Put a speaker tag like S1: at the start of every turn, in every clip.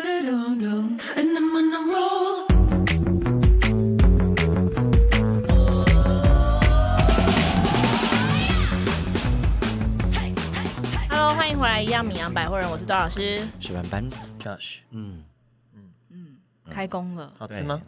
S1: And I'm on a roll.
S2: 哈喽，欢迎回来，一样米阳百货人，我是段老师。
S3: 是班班，
S4: Josh，
S3: 嗯，
S2: 开工了，
S4: 好吃吗？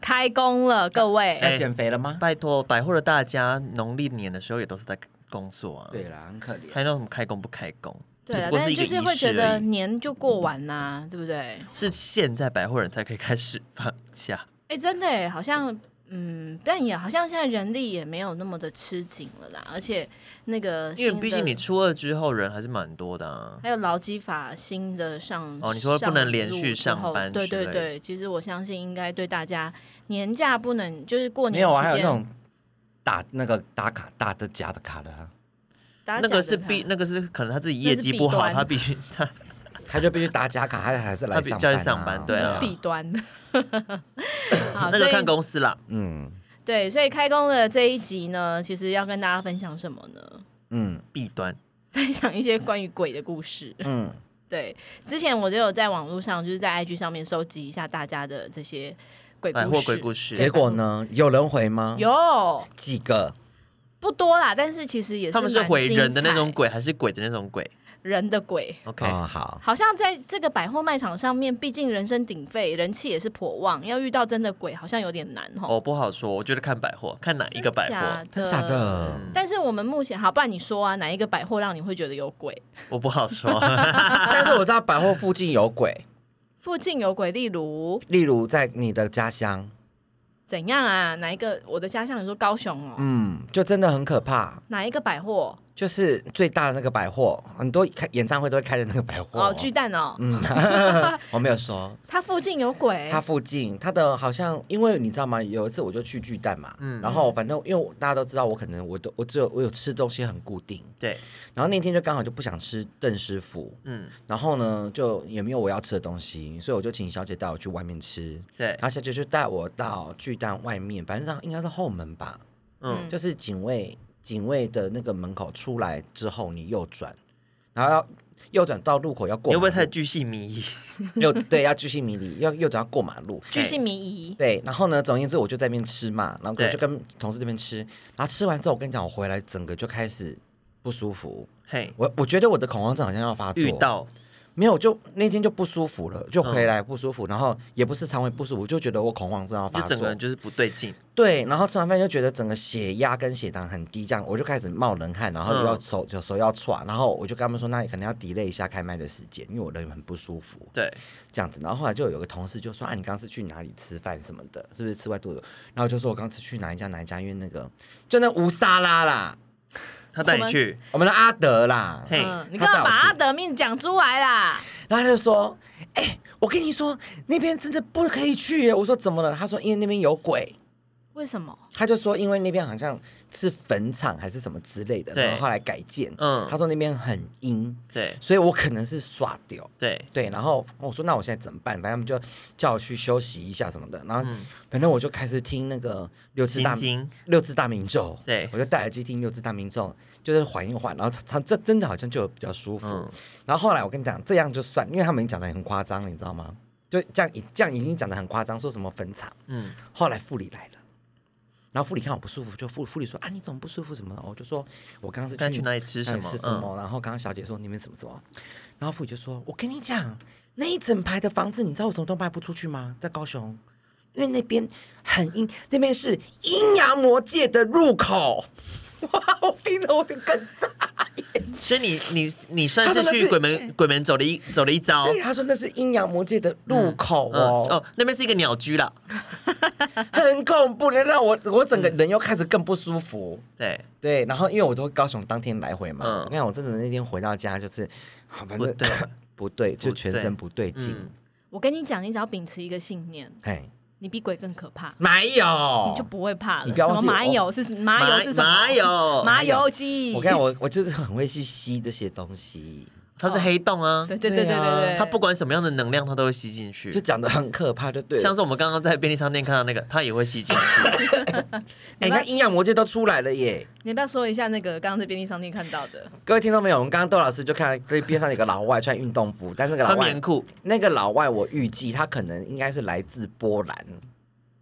S2: 开工了，各位。
S4: 哎
S3: 要减肥了吗？
S4: 拜托，百货的大家农历年的时候也都是在工作啊，
S3: 对啦，很可怜。
S4: 还有什么开工不开工？
S2: 对了
S4: 只，不过
S2: 但是
S4: 是一个
S2: 就是
S4: 仪
S2: 会觉
S4: 式
S2: 得
S4: 而已。
S2: 年就过完啦、对不对？哎、
S4: 是现在百货人才可以开始放假，
S2: 真的哎，好像嗯，但也好像现在人力也没有那么的吃紧了啦，而且那个
S4: 因为
S2: 新
S4: 毕竟
S2: 的
S4: 你初二之后人还是蛮多的、啊。
S2: 还有劳基法新的上
S4: 哦你说不能连续
S2: 上路之后
S4: 上班
S2: 对对
S4: 之类的
S2: 对，其实我相信应该对大家年假不能就是过
S3: 没
S2: 年
S3: 有啊，还有
S2: 期间
S3: 那种打那个打卡打的假的卡的啊，
S2: 打假的
S4: 那个是
S2: 卡
S4: 必，那个是可能他自己
S2: 那
S4: 业
S2: 是
S4: 绩
S2: 弊
S4: 不好，
S2: 端
S4: 他必须 他
S3: 他就必须打假卡，他还是来
S4: 他比
S3: 上
S4: 较
S3: 班、
S4: 去
S3: 啊。
S4: 上班对啊
S2: 弊端。 好，
S4: 那
S2: 所
S4: 个
S2: 以
S4: 看公司啦。
S3: 嗯
S2: 对，所以开工的这一集呢，其实要跟大家分享什么呢？
S3: 嗯
S4: 弊端，
S2: 分享一些关于鬼的故事。
S3: 嗯，
S2: 对，之前我就有在网络上，就是在 IG 上面收集一下大家的这些鬼故
S4: 百
S2: 事。
S4: 哎货鬼故事，
S3: 结果呢？有人回吗？
S2: 有
S3: 几个？
S2: 不多啦，但是其实也是
S4: 他们是
S2: 蛮
S4: 毁
S2: 精
S4: 人的那
S2: 彩
S4: 种鬼，还是鬼的那种鬼
S2: 人的鬼。
S4: ？OK，
S3: 哦，好，
S2: 好像在这个百货卖场上面，毕竟人声鼎沸，人气也是颇旺，要遇到真的鬼好像有点难吼。
S4: 哦，不好说，我觉得看百货，看哪一个百货，
S2: 真
S3: 真
S2: 的
S3: 假？的？
S2: 但是我们目前好，不然你说啊，哪一个百货让你会觉得有鬼？
S4: 我不好说。
S3: 但是我知道百货附近有鬼，
S2: 附近有鬼，例如
S3: 例如在你的家乡，
S2: 怎样啊？哪一个？我的家乡你说高雄哦，
S3: 嗯，就真的很可怕。
S2: 哪一个百货？
S3: 就是最大的那个百货，很多开演唱会都会开的那个百货。
S2: 哦，巨蛋哦，
S3: 我没有说，
S2: 它附近有
S4: 哎
S2: 鬼
S3: 嗯它。附近，它的好像，因为你知道吗？有一次我就去巨蛋嘛，
S4: 嗯
S3: 然后反正因为我大家都知道，我可能我都我只有我有吃东西很固定，
S4: 对，
S3: 然后那天就刚好就不想吃邓师傅，
S4: 嗯，
S3: 然后呢就也没有我要吃的东西，所以我就请小姐带我去外面吃，
S4: 对
S3: 然，后小姐就带我到巨蛋外面，反正应该是后门吧，
S4: 嗯，
S3: 就是警卫警卫的那个门口出来之后，你右转，然后要右转到路口要过
S4: 你会
S3: 马
S4: 不
S3: 路，
S4: 会太 巨细靡遗？
S3: 右对要居心迷离，要右转要过马路，
S2: 巨细靡遗，
S3: 对，然后呢，总而言之，我就在那边吃嘛，然后
S4: 对
S3: 我就跟同事那边吃，然后吃完之后，我跟你讲，我回来整个就开始不舒服，
S4: 嘿，
S3: 我我觉得我的恐慌症好像要发作，
S4: 遇到嗯
S3: 没有，就那天就不舒服了，就回来不舒服，然后也不是肠胃不舒服，就觉得我恐慌症要发
S4: 就整个
S3: 作
S4: 人，就是不对劲，
S3: 对，然后吃完饭就觉得整个血压跟血糖很低，这样我就开始冒冷汗，然后
S4: 嗯
S3: 要手、有手要喘，然后我就跟他们说，那你可能要 delay 一下开麦的时间，因为我人很不舒服，
S4: 对，
S3: 这样子，然后后来就有个同事就说啊，你刚刚是去哪里吃饭什么的，是不是吃坏肚子？然后我就说我刚吃去哪一家哪一家，因为那个就那无沙拉啦，
S4: 他带你去，
S3: 我们的阿德啦，
S4: 嘿，
S2: 嗯，你
S3: 他
S2: 干嘛
S3: 带我
S2: 把
S3: 去
S2: 阿德命讲出来啦？
S3: 然后他就说，哎、我跟你说那边真的不可以去耶。我说怎么了？他说因为那边有鬼。
S2: 为什么？
S3: 他就说，因为那边好像是坟场还是什么之类的，
S4: 对
S3: 然后后来改建。
S4: 嗯
S3: 他说那边很阴，
S4: 对
S3: 所以我可能是耍掉。
S4: 对，
S3: 对，然后我说那我现在怎么办？反正他们就叫我去休息一下什么的，然后、
S4: 嗯
S3: 反正我就开始听那个六字大
S4: 心经
S3: 六字大明咒，
S4: 对
S3: 我就戴耳机听六字大明咒，就是缓一缓，然后他这真的好像就比较舒服。
S4: 嗯
S3: 然后后来我跟你讲，这样就算，因为他们已经讲的很夸张，你知道吗？就这样已这样已经讲的很夸张，说什么坟场。
S4: 嗯，
S3: 后来副理来了。然后副理看我不舒服，就副副理说啊你怎么不舒服什么的？我就说我刚刚是
S4: 刚才
S3: 去
S4: 去哪里吃什么嗯
S3: 哪吃什么？然后刚刚小姐说你们什么什么，然后副理就说我跟你讲那一整排的房子，你知道为什么都卖不出去吗？在高雄，因为那边很阴，那边是阴阳魔界的入口。哇！我听了我的更傻。
S4: 所以你你你算
S3: 他
S4: 是
S3: 真的
S4: 去
S3: 是嗯
S4: 鬼门鬼门走了一走了一遭，
S3: 对，他说那是阴阳魔界的入口
S4: 嗯
S3: 哦，
S4: 哦，那边是一个鸟居啦，
S3: 很恐怖的，让我我整个人又开始更不舒服。
S4: 对，
S3: 对，然后因为我都高雄当天来回嘛，我
S4: 嗯
S3: 跟你讲，我真的那天回到家就是，啊反正
S4: 不 对
S3: 不对，就
S4: 不
S3: 全
S4: 对
S3: 身不对劲，
S4: 嗯
S2: 我跟你讲，你只要秉持一个信念，
S3: 哎、
S2: 你比鬼更可怕，
S3: 没有
S2: 你就。不会怕了。
S3: 哦你不要
S2: 什么
S3: 忘记哦
S2: 麻
S3: 我
S2: 油是麻油是什么？
S4: 麻油
S2: 麻油鸡。
S3: 我跟你讲，我我就是很会去吸这些东西，
S4: 哦它是黑洞啊，
S2: 对对对对
S3: 对啊
S2: 对对，
S4: 它不管什么样的能量，它都会吸进
S3: 就
S4: 去。
S3: 讲的很可怕，就对了。
S4: 嗯像是我们刚刚在便利商店看到那个，它也会吸 进去。
S3: 哎，你看阴阳魔界都出来了耶！
S2: 你要不要说一下那个刚刚在便利商店看到的？
S3: 各位听众朋友，我们刚刚窦老师就看到边上有个老外穿运动服，但那个老
S4: 穿
S3: 外
S4: 棉裤
S3: 那个老外，我预计他可能应该是来自波兰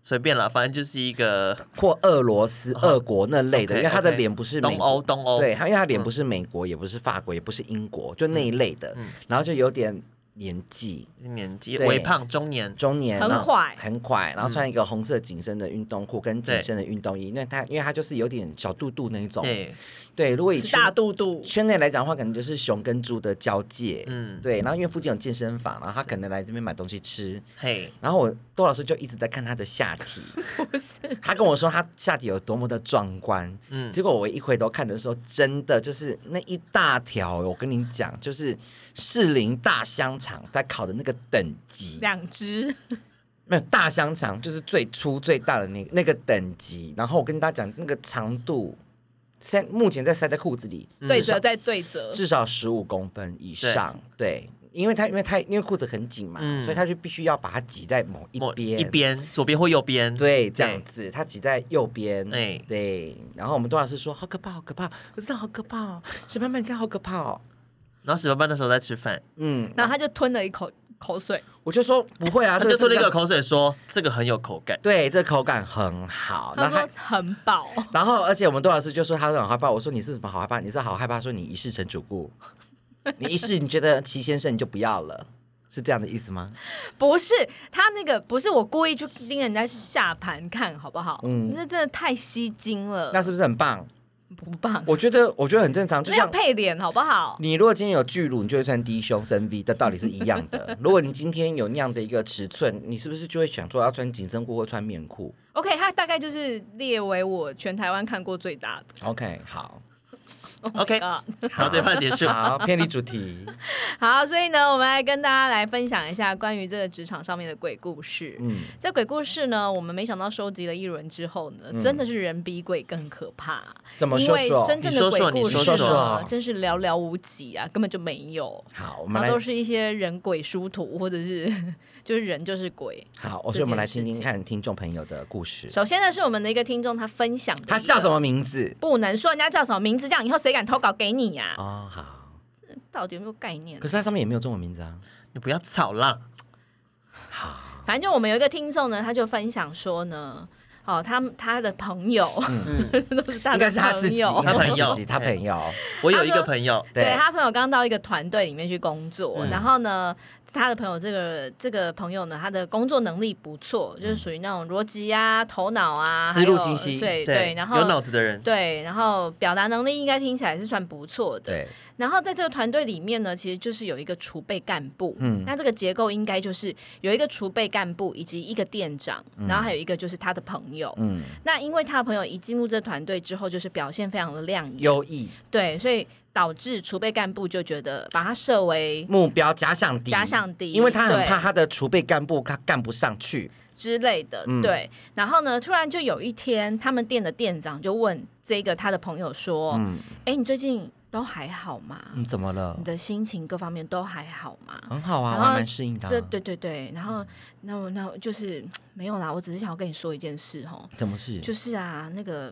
S4: 随便啦，反正就是一个
S3: 或俄罗斯、俄国那类的，
S4: 啊 OK，
S3: 因为他的
S4: OK
S3: 脸不是美
S4: 东
S3: 国
S4: 欧，东
S2: 哦
S4: 欧
S3: 对，他因为他
S2: 嗯
S3: 脸不是美国，也不是法国，也不是英国，就那一类的，
S4: 嗯
S3: 然后就有点年纪。
S4: 年纪
S3: 对
S4: 微胖中年，
S3: 中年
S2: 很
S3: 然后
S2: 快嗯
S3: 很快，然后穿一个红色紧身的运动裤跟紧身的运动衣，因为他因为他就是有点小肚肚那一种，
S4: 对，
S3: 对如果以
S2: 是
S3: 圈
S2: 大肚肚，
S3: 圈内来讲的话，可能就是熊跟猪的交界，
S4: 嗯，
S3: 对，然后因为附近有健身房，然后他可能来这边买东西吃，
S4: 嘿，
S3: 然后我窦老师就一直在看他的下体，
S2: 不是
S3: 他跟我说他下体有多么的 壮观，
S4: 嗯
S3: 结果我一回头看的时候，真的就是那一大条，我跟你讲，就是士林大香肠在烤的那个等级，
S2: 两只，
S3: 没有大香肠就是最粗最大的那个那个等级，然后我跟大家讲那个长度。塞目前在塞在裤子里，
S4: 嗯
S2: 对
S3: 至少
S2: 折再对折，
S3: 至少十五公分以上，对，因为他因为他因为裤子很紧嘛，
S4: 嗯
S3: 所以他就必须要把它挤在某一
S4: 某
S3: 边，
S4: 一边，左边或右边，
S3: 对，这样子，他挤在右边，
S4: 嗯哎
S3: 对，然后我们杜老师说好可怕，好可怕，我知道好可怕哦，史班班你看好可怕哦，
S4: 然后史班班那时候在吃饭，
S3: 嗯，
S2: 然后他就吞了一口口水，
S3: 我就说不会啊，
S4: 他
S3: 这个
S4: 就吐
S3: 吃
S4: 了一
S3: 这
S4: 个
S3: 样，
S4: 口水说，这个很有口感。
S3: 对，这个口感很好，
S2: 他
S3: 然后
S2: 说
S3: 他。
S2: 很 饱，
S3: 然后，而且我们杜老师就说他很害怕。我说你是什么好害怕？你是好害怕说你一世成主顾，你一世你觉得齐先生你就不要了，是这样的意思吗？
S2: 不是他那个不是我故意去盯人家下盘看好不好？
S3: 嗯
S2: 那真的太吸睛了，
S3: 那是不是很棒？
S2: 不棒，
S3: 我觉得，我觉得很正常。就
S2: 那要
S3: 像
S2: 配脸好不好？
S3: 你如果今天有巨乳，你就会穿低胸深 V，这道理是一样的。 如果你今天有那样的一个尺寸，你是不是就会想说要穿紧身裤或穿棉裤
S2: OK，它大概就是列为我全台湾看过最大的。
S3: ？OK，好，
S2: Oh my
S4: OK
S3: 哎
S2: god
S4: 然后这一趴结束，
S3: 好，偏离主题。
S2: 好，所以呢，我们来跟大家来分享一下关于这个职场上面的鬼故事。
S3: 嗯，
S2: 这鬼故事呢，我们没想到收集了一轮之后呢，
S3: 嗯
S2: 真的是人比鬼更可怕，
S3: 怎么
S2: 因
S3: 说
S2: 为
S3: 说？
S2: 真正
S4: 你
S2: 的
S4: 说
S2: 鬼
S4: 说
S2: 故事
S4: 你
S2: 呢，
S4: 说
S3: 说
S2: 真是寥寥无几啊，根本就没有。
S3: 好，我
S2: 然
S3: 们
S2: 后
S3: 来
S2: 都，是一些人鬼殊途，或者是 就是人就是鬼。
S3: 好，我说我们来
S2: 这件事
S3: 听听
S2: 情
S3: 看听众朋友的故事。
S2: 首先呢，是我们的一个听众他分享的，
S3: 他叫什？么名字？
S2: 不能说人家叫什么名字，这样以后谁敢投稿给你呀、
S3: 哦，好。
S2: 到底有没有概念
S3: 可？是他上面也没有中文名字啊。
S4: 你不要吵啦。
S2: 反正就我们有一个听众呢，他就分享说呢，哦，他他的朋友， 都是他
S3: 嗯
S2: 的
S3: 应该是他自己，
S2: 朋友
S3: 应该是
S4: 他
S3: 他
S4: 朋
S3: 自己，
S4: 友
S3: 他朋友。
S4: 我有一个朋友，
S2: 对
S3: 对
S2: 他朋友刚到一个团队里面去工作，
S4: 嗯
S2: 然后呢，他的朋友这个这个朋友呢，他的工作能力不错，就是属于那种逻辑啊、头脑啊，
S3: 嗯思路
S2: 还有
S3: 清晰
S2: 对对，
S4: 对，
S2: 然
S4: 有
S2: 后
S4: 脑子的人，
S2: 对，然后表达能力应该听起来是算不错的。
S3: 对，
S2: 然后在这个团队里面呢，其实就是有一个储备干部，
S3: 嗯
S2: 那这个结构应该就是有一个储备干部以及一个店长，然后还有一个就是他的朋友。
S3: 嗯，
S2: 那因为他的朋友一进入这团队之后，就是表现非常的亮眼，
S3: 优异，
S2: 对，所以导致储备干部就觉得把他设为
S3: 目标假想敌，
S2: 假想敌
S3: 因为他很
S2: 对
S3: 怕他的储备干部他干不上去。
S2: 之类的，
S3: 嗯
S2: 对。然后呢，突然就有一天，他们店的店长就问这个他的朋友说：“
S3: 嗯，
S2: 哎、你最近都还好吗？
S3: 你嗯怎么了
S2: 你？的心情各方面都还好吗？”
S3: 很好啊，
S2: 然
S3: 我
S2: 后
S3: 还蛮适应的啊。
S2: 这对对对，然后那我那我就是没有啦，我只是想要跟你说一件事哦，
S3: 怎么是？
S2: 就是啊，那个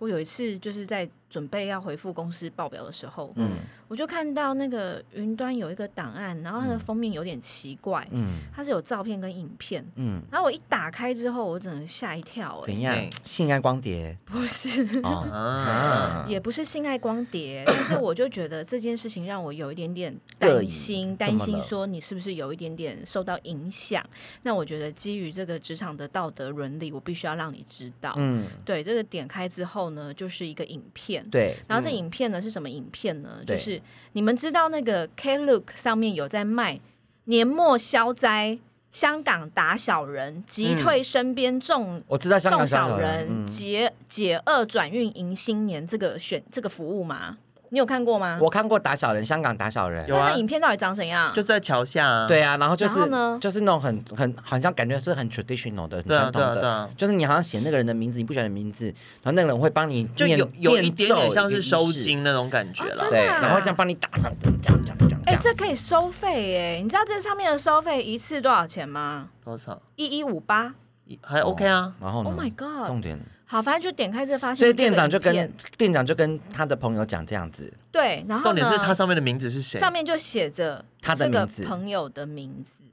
S2: 我有一次就是在准备要回复公司报表的时候，
S3: 嗯
S2: 我就看到那个云端有一个档案，然后它的封面有点奇怪，
S3: 嗯
S2: 它是有照片跟影片，
S3: 嗯，
S2: 然后我一打开之后，我整个吓一跳、哎，
S3: 怎样
S4: 哎？
S3: 性爱光碟
S2: 不是，
S3: 哦，
S4: 啊，
S2: 也不是性爱光碟， 但是我就觉得这件事情让我有一点点
S3: 膈
S2: 担
S3: 应
S2: 心，
S3: 怎
S2: 担
S3: 么
S2: 心
S3: 了
S2: 说你是不是有一点点受到影响？那我觉得基于这个职场的道德伦理，我必须要让你知道。
S3: 嗯，
S2: 对，这个点开之后呢，就是一个影片。
S3: 对，
S2: 然后这影片呢、是什么影片呢？就
S3: 嗯对
S2: 是你们知道那个 Klook 上面有在卖年末消灾、香港打小人、击退身边众
S3: 我知道香
S2: 送
S3: 港
S2: 小
S3: 小
S2: 人
S3: 人，嗯
S2: 解解厄转运迎新年这个选这个服务吗？你有看过吗？
S3: 嗯我看过打小人，香港打小人
S4: 有。啊
S2: 那个影片到底长怎样？
S4: 就在桥下啊，
S3: 对啊，然后就是
S2: 然后呢
S3: 就是那种很很好像感觉是很 traditional 的，很
S4: 对啊
S3: 传统
S4: 对啊对
S3: 的
S4: 啊，
S3: 就是你好像写那个人的名字，你不喜欢的名字，然后那个人会帮你
S4: 就
S3: 念
S4: 有有一
S3: 念
S4: 点
S3: 咒
S4: 点像
S3: 一个
S4: 是
S3: 仪
S4: 收
S3: 式
S4: 金那种感觉
S2: 哦真
S4: 啦
S2: 的。
S3: 对，
S2: 啊
S3: 然后这样帮你打，这样这样这样这样。
S2: 哎、哎、
S3: 样子。
S2: 这可以收费哎、你知道这上面的收费一次多少钱吗？
S4: 多少？
S2: 一一五八。
S4: 一还 OK 啊，
S3: 然后呢
S2: Oh my god
S3: 重点，
S2: 好，反正就点开这发现，
S3: 所以店长就
S2: 这个
S3: 跟
S2: 影片
S3: 店长就跟他的朋友讲这样子，
S2: 对，然后
S4: 重点是
S2: 呢
S4: 它上面的名字是谁？
S2: 上面就写着
S3: 他的
S2: 这个
S3: 名字
S2: 朋友的名字，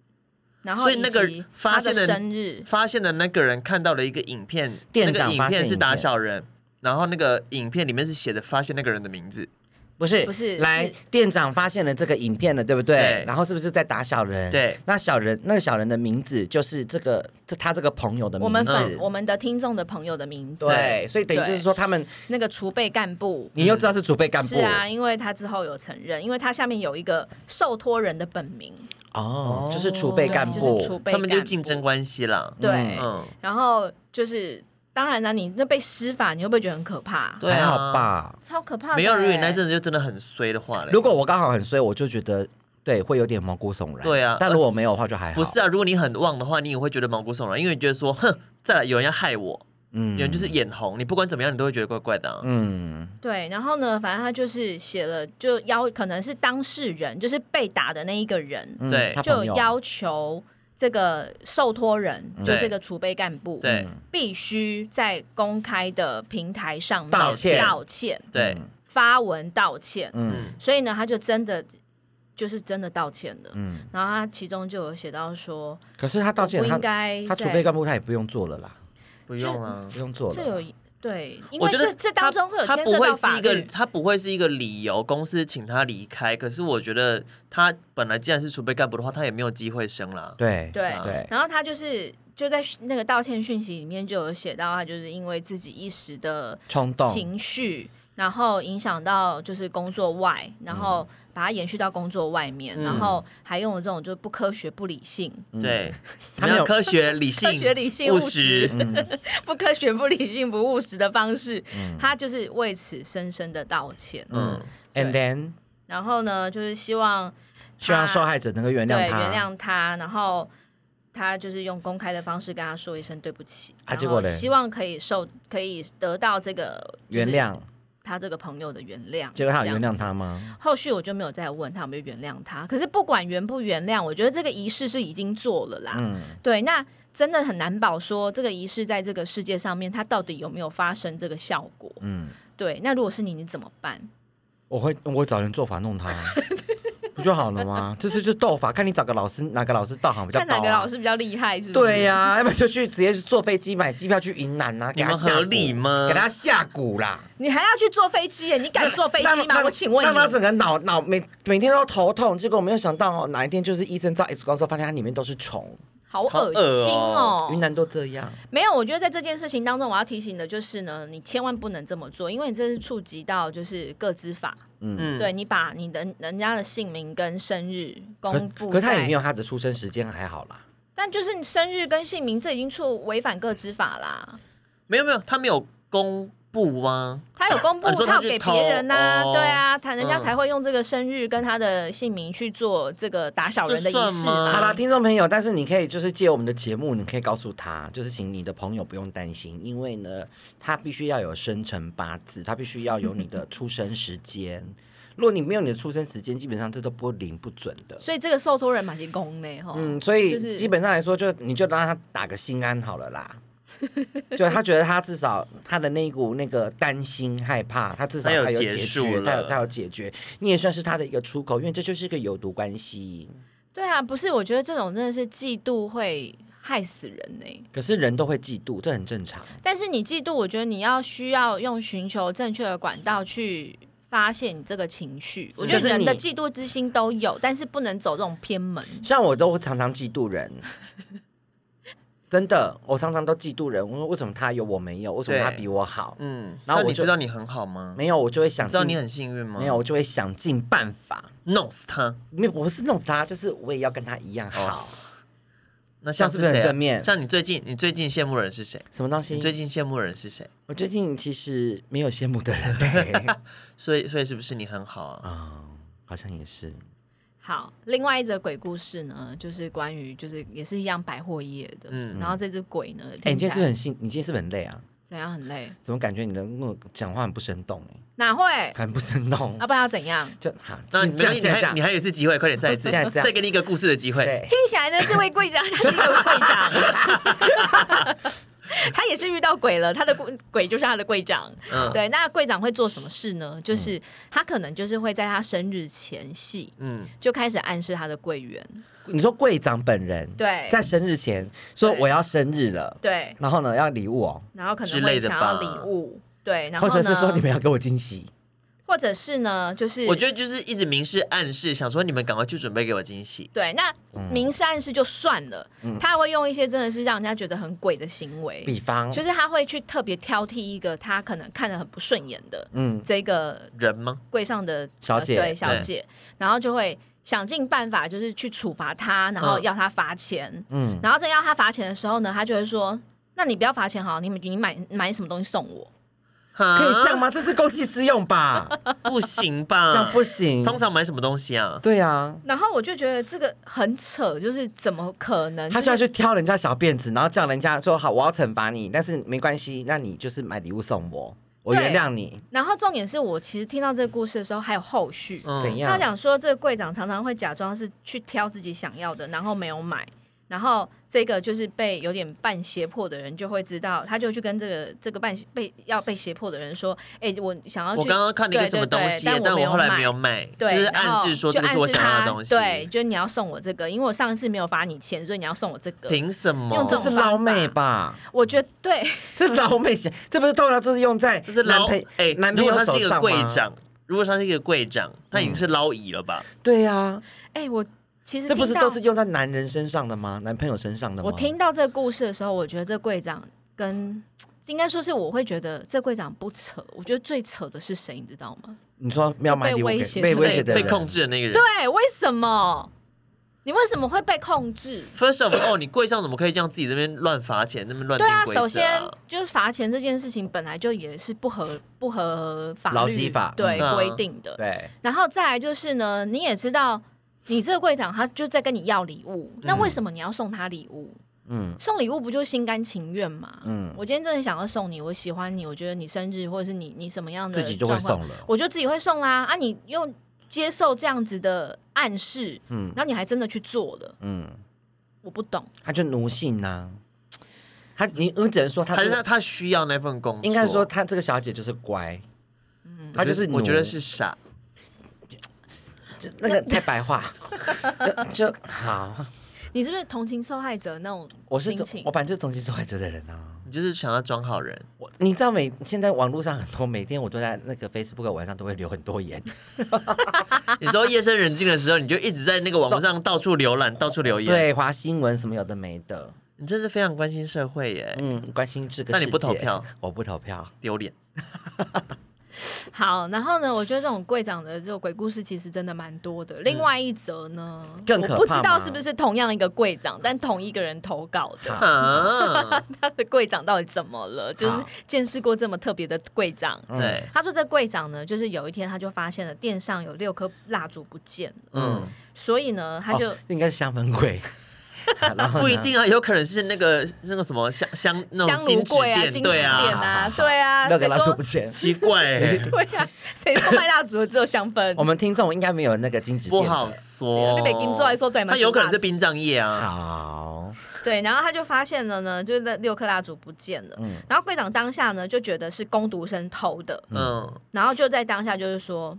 S2: 然后
S4: 所以那个
S2: 以及
S4: 发
S2: 他的
S4: 现的
S2: 生日，
S4: 发现的那个人看到了一个影片，
S3: 店长
S4: 那个
S3: 发现
S4: 影片是
S3: 影片
S4: 打小人，然后那个影片里面是写的发现那个人的名字，
S3: 不是
S2: 不是
S3: 来
S2: 是
S3: 店长发现了这个影片了，对不对？
S4: 对
S3: 然后是不是在打小人？
S4: 对
S3: 那小人那个小人的名字就是这个这他这个朋友的
S2: 我
S3: 名
S2: 们粉
S3: 字，
S2: 我们的听众的朋友的名字，
S3: 对，所以等于就是说他们，
S2: 那个储备干部。
S3: 你又知道是储备干部
S2: 是啊，因为他之后有承认，因为他下面有一个受托人的本名，
S3: 哦，就是储备干
S2: 对就
S3: 部
S2: 是储备
S4: 他们就
S2: 干部
S4: 竞争关系啦。
S2: 对，
S4: 嗯，
S2: 然后就是当然呢，你那被施法，你会不会觉得很可怕？
S4: 对
S3: 还
S4: 啊
S3: 好吧？
S2: 超可怕的欸。
S4: 没有，如果你那阵子就真的很衰的话嘞，
S3: 如果我刚好很衰，我就觉得对会有点毛骨悚然。
S4: 对啊
S3: 但如果没有的话就还好。
S4: 不是啊，如果你很旺的话，你也会觉得毛骨悚然，因为你觉得说，哼，再来有人要害我，
S3: 嗯
S4: 有人就是眼红，你不管怎么样，你都会觉得怪怪的、啊。
S3: 嗯，
S2: 对，然后呢，反正他就是写了，就要可能是当事人，就是被打的那一个人，
S3: 嗯
S4: 对
S3: 他
S2: 就
S3: 朋友嗯
S2: 要求这个受托人，就
S4: 对
S2: 这个储备干部，
S4: 对
S2: 必须在公开的平台上面
S3: 道歉
S2: 道歉
S4: 对，
S2: 发文道歉。
S3: 嗯
S2: 所以呢，他就真的就是真的道歉了。
S3: 嗯，
S2: 然后他其中就有写到说，
S3: 可是他道歉
S2: 我不
S3: 他
S2: 应该
S3: 他
S2: 在
S3: 储备干部他也不用做了啦，
S4: 不用啊
S3: 不。用做
S2: 这
S3: 了。
S2: 有对，因
S4: 我
S2: 为
S4: 觉得
S2: 这这当中会有
S4: 他
S2: 牵
S4: 他
S2: 涉
S4: 不
S2: 到
S4: 会是
S2: 法
S4: 一个
S2: 律，
S4: 他不会是一个理由，公司请他离开。可是我觉得他本来既然是储备干部的话，他也没有机会升啦。
S3: 对
S2: 对
S3: 对
S2: 然后他就是就在那个道歉讯息里面就有写到，他就是因为自己一时的
S3: 冲动
S2: 情绪，然后影响到就是工作外，然后
S3: 嗯
S2: 把它延续到工作外面，然后还用了这种就是不科学、不理性、
S4: 对，
S3: 嗯 他
S4: 他
S3: 没有嗯
S4: 要科学、理性、
S2: 科学理性
S4: 务
S2: 务实，不科学、不理性、不务实的方式，
S3: 嗯
S2: 他就是为此深深的道歉。
S4: 嗯，
S3: ，and then
S2: 然后呢，就是希望
S3: 希望
S2: 他
S3: 受害者能够原谅
S2: 对，
S3: 他，
S2: 原谅他，然后他就是用公开的方式跟他说一声对不起，
S3: 啊
S2: 然
S3: 结果
S2: 后
S3: 嘞
S2: 希望可以受可以得到这个
S3: 原，
S2: 就是
S3: 谅。
S2: 他这个朋友的原谅。
S3: 结果他有原
S2: 这样
S3: 谅
S2: 子。
S3: 他吗？
S2: 后续我就没有再问他有没有原谅他，可是不管原不原谅，我觉得这个仪式是已经做了啦。
S3: 嗯，
S2: 对，那真的很难保说这个仪式在这个世界上面，它到底有没有发生这个效果？
S3: 嗯
S2: 嗯，对。那如果是你，你怎么办？
S3: 我会我会找人做法 弄他，不就好了吗？这是就斗法，看你找个老师，哪个老师道行比较高、啊
S2: 看哪个老？师比较厉害，是不是？
S3: 对呀、要不然就去直接坐飞机买机票去云南啊，给
S4: 你
S3: 他
S4: 们
S3: 下
S4: 合
S3: 蛊
S4: 理吗
S3: 给他下蛊啦！
S2: 你还要去坐飞机 耶？你敢坐飞
S3: 让
S2: 机吗？
S3: 让
S2: 我请问
S3: 让他
S2: 你，
S3: 整个脑脑每每天都头痛，结果没有想到哦，哪一天就是医生照 X 光之后发现它里面都是虫，
S2: 好
S4: 好
S2: 恶
S4: 恶
S2: 心
S4: 哦
S2: 哦
S3: 云！南都这样。
S2: 没有，我觉得在这件事情当中，我要提醒的就是呢，你千万不能这么做，因为你这是触及到就是个资法，
S4: 嗯，
S2: 对你把你的人家的姓名跟生日
S3: 可
S2: 公布
S3: 可他也
S2: 在
S3: 没有他的出生时间，还好啦。
S2: 但就是你生日跟姓名，这已经触违反个资法啦。
S4: 没有没有，他没有公布吗？
S2: 他有公布，
S4: 啊你说他
S2: 有
S4: 去
S2: 给
S4: 偷
S2: 别人呐、
S4: 哦
S2: 对啊，他人家
S4: 嗯
S2: 才会用这个生日跟他的姓名去做这个打小人的
S4: 这
S2: 仪
S4: 算
S2: 式
S4: 吗
S2: 吧。
S3: 好啦，听众朋友，但是你可以就是借我们的节目，你可以告诉他，就是请你的朋友不用担心，因为呢，他必须要有生辰八字，他必须要有你的出生时间。 如果你没有你的出生时间，基本上这都不灵不准的。
S2: 所以这个受托人马是公呢，哈，
S3: 嗯，所
S2: 就
S3: 以
S2: 是
S3: 基本上来说，就你就让他打个心安好了啦。 就他觉得他至少他的那一股那个担心害怕，他至少
S4: 他有
S3: 他有解
S4: 结束
S3: 决，
S4: 了
S3: 他有他有解决，你也算是他的一个出口，因为这就是一个有毒关系。
S2: 对啊，不是，我觉得这种真的是嫉妒会害死人呢、
S3: 可是人都会嫉妒，这很正常。
S2: 但是你嫉妒，我觉得你要需要用寻求正确的管道去发泄你这个情绪。我觉
S3: 可
S2: 得
S3: 是
S2: 人
S3: 你
S2: 的嫉妒之心都有，但是不能走这种偏门。
S3: 像我都常常嫉妒人， 真的，我常常都嫉妒人。我说为什么他有我没有？为什么
S4: 对
S3: 他比我好？
S4: 嗯，
S3: 然后我
S4: 那你
S3: 就
S4: 知道你很好吗？
S3: 没有，我就会
S4: 你
S3: 想
S4: 知道
S3: 尽
S4: 你很幸运吗？
S3: 没有，，我就会想尽办法。
S4: 弄死他。
S3: 没有，我不是弄他，就是我也要跟他一样
S4: 哦
S3: 好。
S4: 那像
S3: 这
S4: 是
S3: 样是不是
S4: 谁
S3: 很
S4: 啊
S3: 正面
S4: 像你最近，你最近羡慕人是谁？
S3: 什么东
S4: 你最
S3: 西？
S4: 近羡慕人是谁？
S3: 我最近其实没有羡慕的人、 欸，
S4: 所以，所以是不是你很好啊？
S3: 嗯，好像也是。
S2: 好，另外一则鬼故事呢，就是关于就是也是一样百货业的，
S4: 嗯
S2: 然后这只鬼呢，
S3: 哎、你今
S2: 听
S3: 天
S2: 起
S3: 是不是
S2: 来
S3: 很幸？你今天是不是很累啊？
S2: 怎样很累？
S3: 怎么感觉你的那种讲话很不生动欸？
S2: 哪会？
S3: 很不生动
S2: 要。不然要怎样？
S3: 就好，
S4: 啊那
S3: 这
S4: 没有
S3: 样
S4: 你
S3: 这样这
S4: 还你
S3: 样，
S4: 还有一次机会，快点再一次，
S3: 现在这样
S4: 再给你一个故事的机会。
S3: 对，
S2: 听起来呢，这位柜长他是一个柜 长，他也是遇到鬼了，他的鬼鬼就是他的柜长。
S4: 嗯
S2: 对，那柜长会做什么事呢？就是他可能就是会在他生日前夕
S4: 嗯，
S2: 就开始暗示他的柜员，
S3: 你说柜长本人
S2: 对
S3: 在生日前说
S2: 对
S3: 我要生日了，
S2: 对，
S3: 然后呢要礼物哦，
S2: 然后可
S4: 之
S2: 能
S4: 类
S2: 会
S4: 的
S2: 想
S4: 吧
S2: 要礼物，对，然后
S3: 或
S2: 呢，
S3: 者是说你们要给我惊喜，
S2: 或者是呢，就是
S4: 我觉得就是一直明示暗示，想说你们赶快去准备给我惊喜。
S2: 对，那
S4: 嗯
S2: 明示暗示就算了，他还会用一些真的是让人家觉得很鬼的行为，
S3: 比方
S2: 就是他会去特别挑剔一个他可能看得很不顺眼的
S3: 嗯，
S2: 这个
S4: 人吗？
S2: 柜上的呃
S3: 小姐
S2: 对小姐，然后就会想尽办法就是去处罚他，然后要他罚钱，
S3: 嗯
S2: 嗯，然后在要他罚钱的时候呢，他就会说。那你不要罚钱好，你你买买什么东西送我？
S4: 可
S3: 可以这样？吗？这是公器私用吧？
S4: 不行吧？
S3: 这样不行。
S4: 通常买什么东西啊？
S3: 对啊，
S2: 然后我就觉得这个很扯，就是怎么可能？
S3: 他
S2: 就
S3: 就要
S2: 是
S3: 去挑人家小辫子，然后叫人家说好，我要惩罚你，但是没关系，那你就是买礼物送我，我
S2: 对
S3: 原谅你。
S2: 然后重点是我其实听到这个故事的时候还有后续，
S4: 嗯
S3: 怎样
S2: 他讲说，这个柜长常常会假装是去挑自己想要的，然后没有买，然后这个就是被有点半胁迫的人就会知道，他就去跟这个这个半被要被胁迫的人说，哎、我想要去，
S4: 我刚刚看了一个
S2: 对
S4: 什么
S2: 对
S4: 东
S2: 对
S4: 西，
S2: 但
S4: 但
S2: 我没
S4: 我后来没有
S2: 买。
S4: 买，就
S2: 对，
S4: 是
S2: 然
S4: 暗
S2: 后
S4: 示说
S2: 就
S4: 这个是
S2: 暗
S4: 我
S2: 示
S4: 想要
S2: 他
S4: 的东西。
S2: 对，，就是你要送我这个，因为我上次没有罚你钱，所以你要送我这个。
S4: 凭什么？
S2: 用这
S3: 这
S2: 种
S3: 是捞妹吧？
S2: 我觉得对，
S3: 这捞妹型，这不是通常这是用在
S4: 这是
S3: 男
S4: 捞
S3: 朋
S4: 哎，
S3: 男朋
S4: 如
S3: 友
S4: 果他
S3: 手
S4: 是一个
S3: 上
S4: 柜
S3: 吗？嗯
S4: 长，如果他是一个柜长，他已经是捞乙了吧？
S3: 对啊，
S2: 哎、我其实
S3: 这不是
S2: 听到
S3: 都是用在男人身上的吗？男朋友身上的吗？
S2: 我听到这个故事的时候，我觉得这柜长跟应该说是我会觉得这柜长不扯，我觉得最扯的是谁，你知道吗？
S3: 你说要买礼物
S2: 被威
S3: 给
S2: 胁
S3: 被
S2: 之
S3: 威
S2: 类
S3: 胁的
S4: 被
S3: 人，
S4: 控制的那个人。
S2: 对，为什么？你为什么会被控制？
S4: First of all，你柜上怎么可以这样自己这边乱罚钱，那边乱
S2: 对
S4: 定
S2: 啊，
S4: 规则
S2: 首先就是罚钱这件事情本来就也是不合不合法律
S3: 劳基法
S2: 对
S4: 嗯
S2: 规定的。
S3: 对，
S2: 然后再来就是呢，你也知道，你这个柜长他就在跟你要礼物，那为什么你要送他礼物？
S3: 嗯
S2: 送礼物不就心甘情愿嘛？
S3: 嗯，
S2: 我今天真的想要送你，我喜欢你，我觉得你生日或者是你你什么嗯样的
S3: 自己就会
S2: 状况
S3: 送，了。
S2: 我就自己会送啦。啊，你又接受这样子的暗示，
S3: 嗯
S2: 然后你还真的去做了，
S3: 嗯，
S2: 我不懂。
S3: 他就奴性呐、他你你只能说他
S4: 还
S3: 这
S4: 是
S3: 个
S4: 他他需要那份工作？
S3: 应该说他这个小姐就是乖，嗯，她就是奴
S4: 我觉得是傻。
S3: 就那个太 白话，就就好。
S2: 你是不是同情受害者那种
S3: 我是
S2: 心情
S3: 我？本来就是同情受害者的人啊。
S4: 你就是想要装好人，
S3: 我你知道每现在网络上很多每天我都在那个 Facebook 晚上都会留很多言，
S4: 有时候夜深人静的时候，你就一直在那个网络上到处浏览，到处留言。，
S3: 对，划新闻什么有的没的，
S4: 你真是非常关心社会耶，
S3: 嗯，关心这个
S4: 那
S3: 世界。
S4: 你不投票？
S3: 我不投票。
S4: 丢 脸。
S2: 好，然后呢，我觉得这种柜长的这种鬼故事其实真的蛮多的。另外一则呢，
S3: 嗯更可
S2: 我不
S3: 怕
S2: 知道
S3: 吗
S2: 是不是同样一个柜长，但同一个人投稿的，
S4: 啊，
S2: 他的柜长到底怎么了？就是
S3: 好
S2: 见识过这么特别的柜长。
S3: 嗯
S4: 对，
S2: 他说：“这柜长呢，就是有一天他就发现了店上有六颗蜡烛不见了，
S4: 嗯，
S2: 所以呢，他就、
S3: 哦、这应该是香氛 柜，好然后呢
S4: 不一定啊，有可能是那个那个什么香香那
S2: 香
S4: 种
S2: 炉
S4: 金纸
S2: 柜啊、
S4: 店，
S2: 金
S4: 对
S2: 店
S4: 啊，
S2: 啊
S3: 好好，好
S2: 对啊，
S3: 那个
S2: 谁
S3: 拉手
S2: 说
S3: 不见。
S4: 奇怪欸耶，
S2: 对啊？谁说卖蜡烛的只有香氛？
S3: 我们听众应该没有那个金纸
S4: 不
S3: 店的
S4: 好说。
S2: 你北京做来说在吗
S4: 他有可能是殡葬业啊，
S3: 好，
S2: 对，然后他就发现了呢，就是那六颗蜡烛不见了。
S3: 嗯
S2: 然后柜长当下呢就觉得是工读生偷的，
S4: 嗯，
S2: 然后就在当下就是说，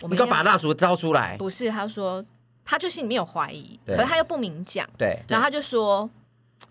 S2: 我
S3: 你
S2: 们
S3: 给
S2: 要
S3: 我把蜡烛招出来。
S2: 不是他说，他就心里面有怀疑，
S3: 对
S2: 可是他又不明讲，
S3: 对，
S2: 然后他就说，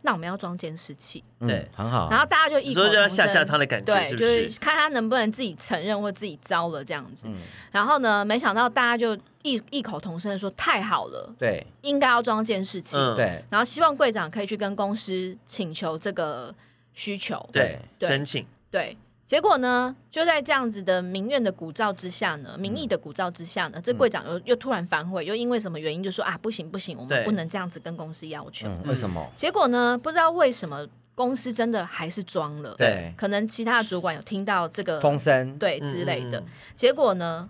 S2: 那我们要装监视器，
S3: 嗯
S4: 对
S3: 很好。
S2: 然后大家就一
S4: 你
S2: 口
S4: 说就要
S2: 同
S4: 吓
S2: 声，
S4: 吓他的感觉，
S2: 对，
S4: 是不
S2: 就是
S4: 是？
S2: 看他能不能自己承认或自己招了这样子。
S3: 嗯
S2: 然后呢，没想到大家就异异口同声的说太好了，
S3: 对
S2: 应该要装监视器。
S4: 嗯
S3: 对
S2: 然后希望柜长可以去跟公司请求这个需求。
S4: 对，
S2: 对
S4: 申请
S2: 对结果呢，就在这样子的民怨的鼓噪之下呢，民
S4: 嗯
S2: 意的鼓噪之下呢，这柜长又又突然反悔，又因为什么原因就说啊，不行不行，我
S4: 对
S2: 们不能这样子跟公司要求。
S3: 嗯，为什么？
S2: 结果呢，不知道为什么公司真的还是装了。
S3: 对
S2: 可能其他的主管有听到这个
S3: 风声，
S2: 嗯对之类的。
S4: 嗯嗯
S2: 结果呢，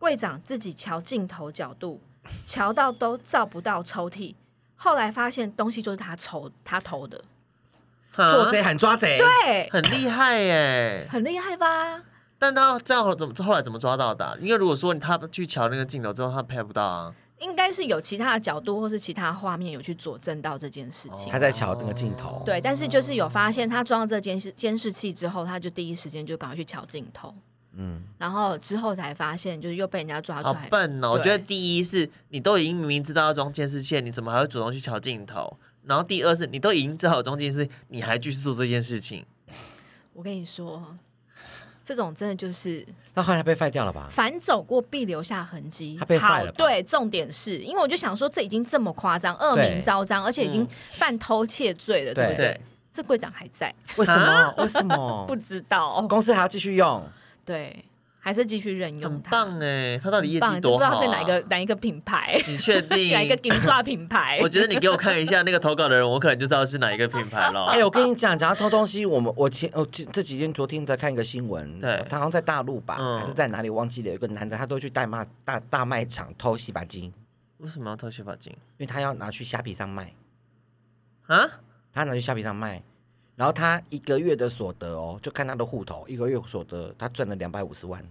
S2: 柜长自己瞧镜头角度，瞧到都照不到抽屉。后来发现东西就是他抽他偷的，
S4: 哈
S3: 做贼喊抓贼，
S2: 对，
S4: 很厉害耶！
S2: 很厉害吧？
S4: 但他这样怎么后来怎么抓到的啊、因为如果说他去瞧那个镜头之后，他拍不到啊。
S2: 应该是有其他的角度或是其他画面有去佐证到这件事情。
S4: 哦
S3: 他在瞧那个镜头，
S2: 对，但是就是有发现他装了这监视监视器之后，他就第一时间就赶快去瞧镜头，
S3: 嗯，
S2: 然后之后才发现就是又被人家抓出
S4: 好
S2: 来。
S4: 笨哦！我
S2: 对
S4: 觉得第一是你都已经明明知道要装监视器，你怎么还会主动去瞧镜头？然后第二是你都已经知道有装监视器，你还继续做这件事情，
S2: 我跟你说，这种真的就是
S3: 那后来被废掉了吧？
S2: 反走过必留下痕迹。
S3: 他被
S2: 好
S3: 犯了吧
S2: 对，重点是因为我就想说，这已经这么夸张，恶
S3: 对
S2: 名昭彰，而且已经犯偷窃罪了，对不
S3: 对
S2: 对？
S4: 对，
S2: 这柜长还在，
S3: 为 什么？为什么
S2: 不？知道，
S3: 公司还要继续用？
S2: 对，还是继续任
S4: 很
S2: 用它。
S4: 棒哎！他到底业
S2: 棒，这
S4: 绩
S2: 不
S4: 多
S2: 知
S4: 好、
S2: 道
S4: 啊？
S2: 在哪一个？哪一个品牌，
S4: 你确 定？
S2: 哪一？个金抓品牌
S4: 我觉得你给我看一下那个投稿的人，我可能就知道是哪一个品牌了。
S2: 啊
S3: 哎、我跟你讲，讲到偷东西，我们我前我这这几天昨天在看一个新闻，
S4: 对
S3: 他好像在大陆吧，
S4: 嗯
S3: 还是在哪里忘记了，有一个男的他都去大卖大大卖场偷洗发精，因
S4: 为什么要偷洗发精
S3: 为他要拿去虾皮上卖，
S4: 啊？
S3: 他拿去虾皮上卖，然后他一个月的所得哦，就看他的户头，一个月所得他赚了两百五十万，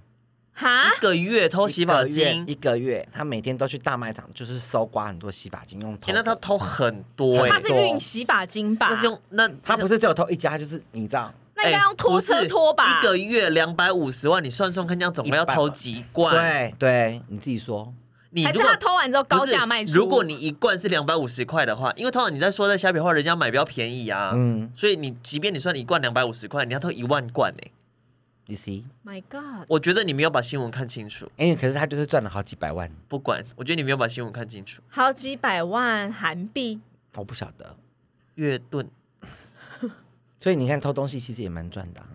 S2: 哈，
S4: 一个月偷洗发
S3: 一个月
S4: 精，
S3: 一个月，他每天都去大卖场就是搜刮很多洗发精用偷的、
S4: 哎、那他偷很多哎、
S2: 他是运洗发精吧
S4: 那？是用那
S3: 他不是只有偷一家，就是你知道，
S2: 那应该用拖车拖吧？
S4: 哎不是一个月两百五十万，你算算看，这样总共要偷几罐？，
S3: 对对，你自己说，
S4: 你
S2: 还是
S4: 如果
S2: 他偷完之后高价卖
S4: 不
S2: 出？
S4: 是如果你一罐是两百五十块的话，因为通常你在说在虾皮的话，人家买比较便宜啊，
S3: 嗯
S4: 所以你即便你算一罐两百五十块，你要偷一万罐哎、
S3: 你 see，
S2: My God，
S4: 我觉得你没有把新闻看清楚。
S3: 因为可是他就是赚了好几百万，
S4: 不管，我觉得你没有把新闻看清楚。
S2: 好几百万韩币，
S3: 我不晓得。
S4: 月盾，
S3: 所以你看，偷东西其实也蛮赚的啊、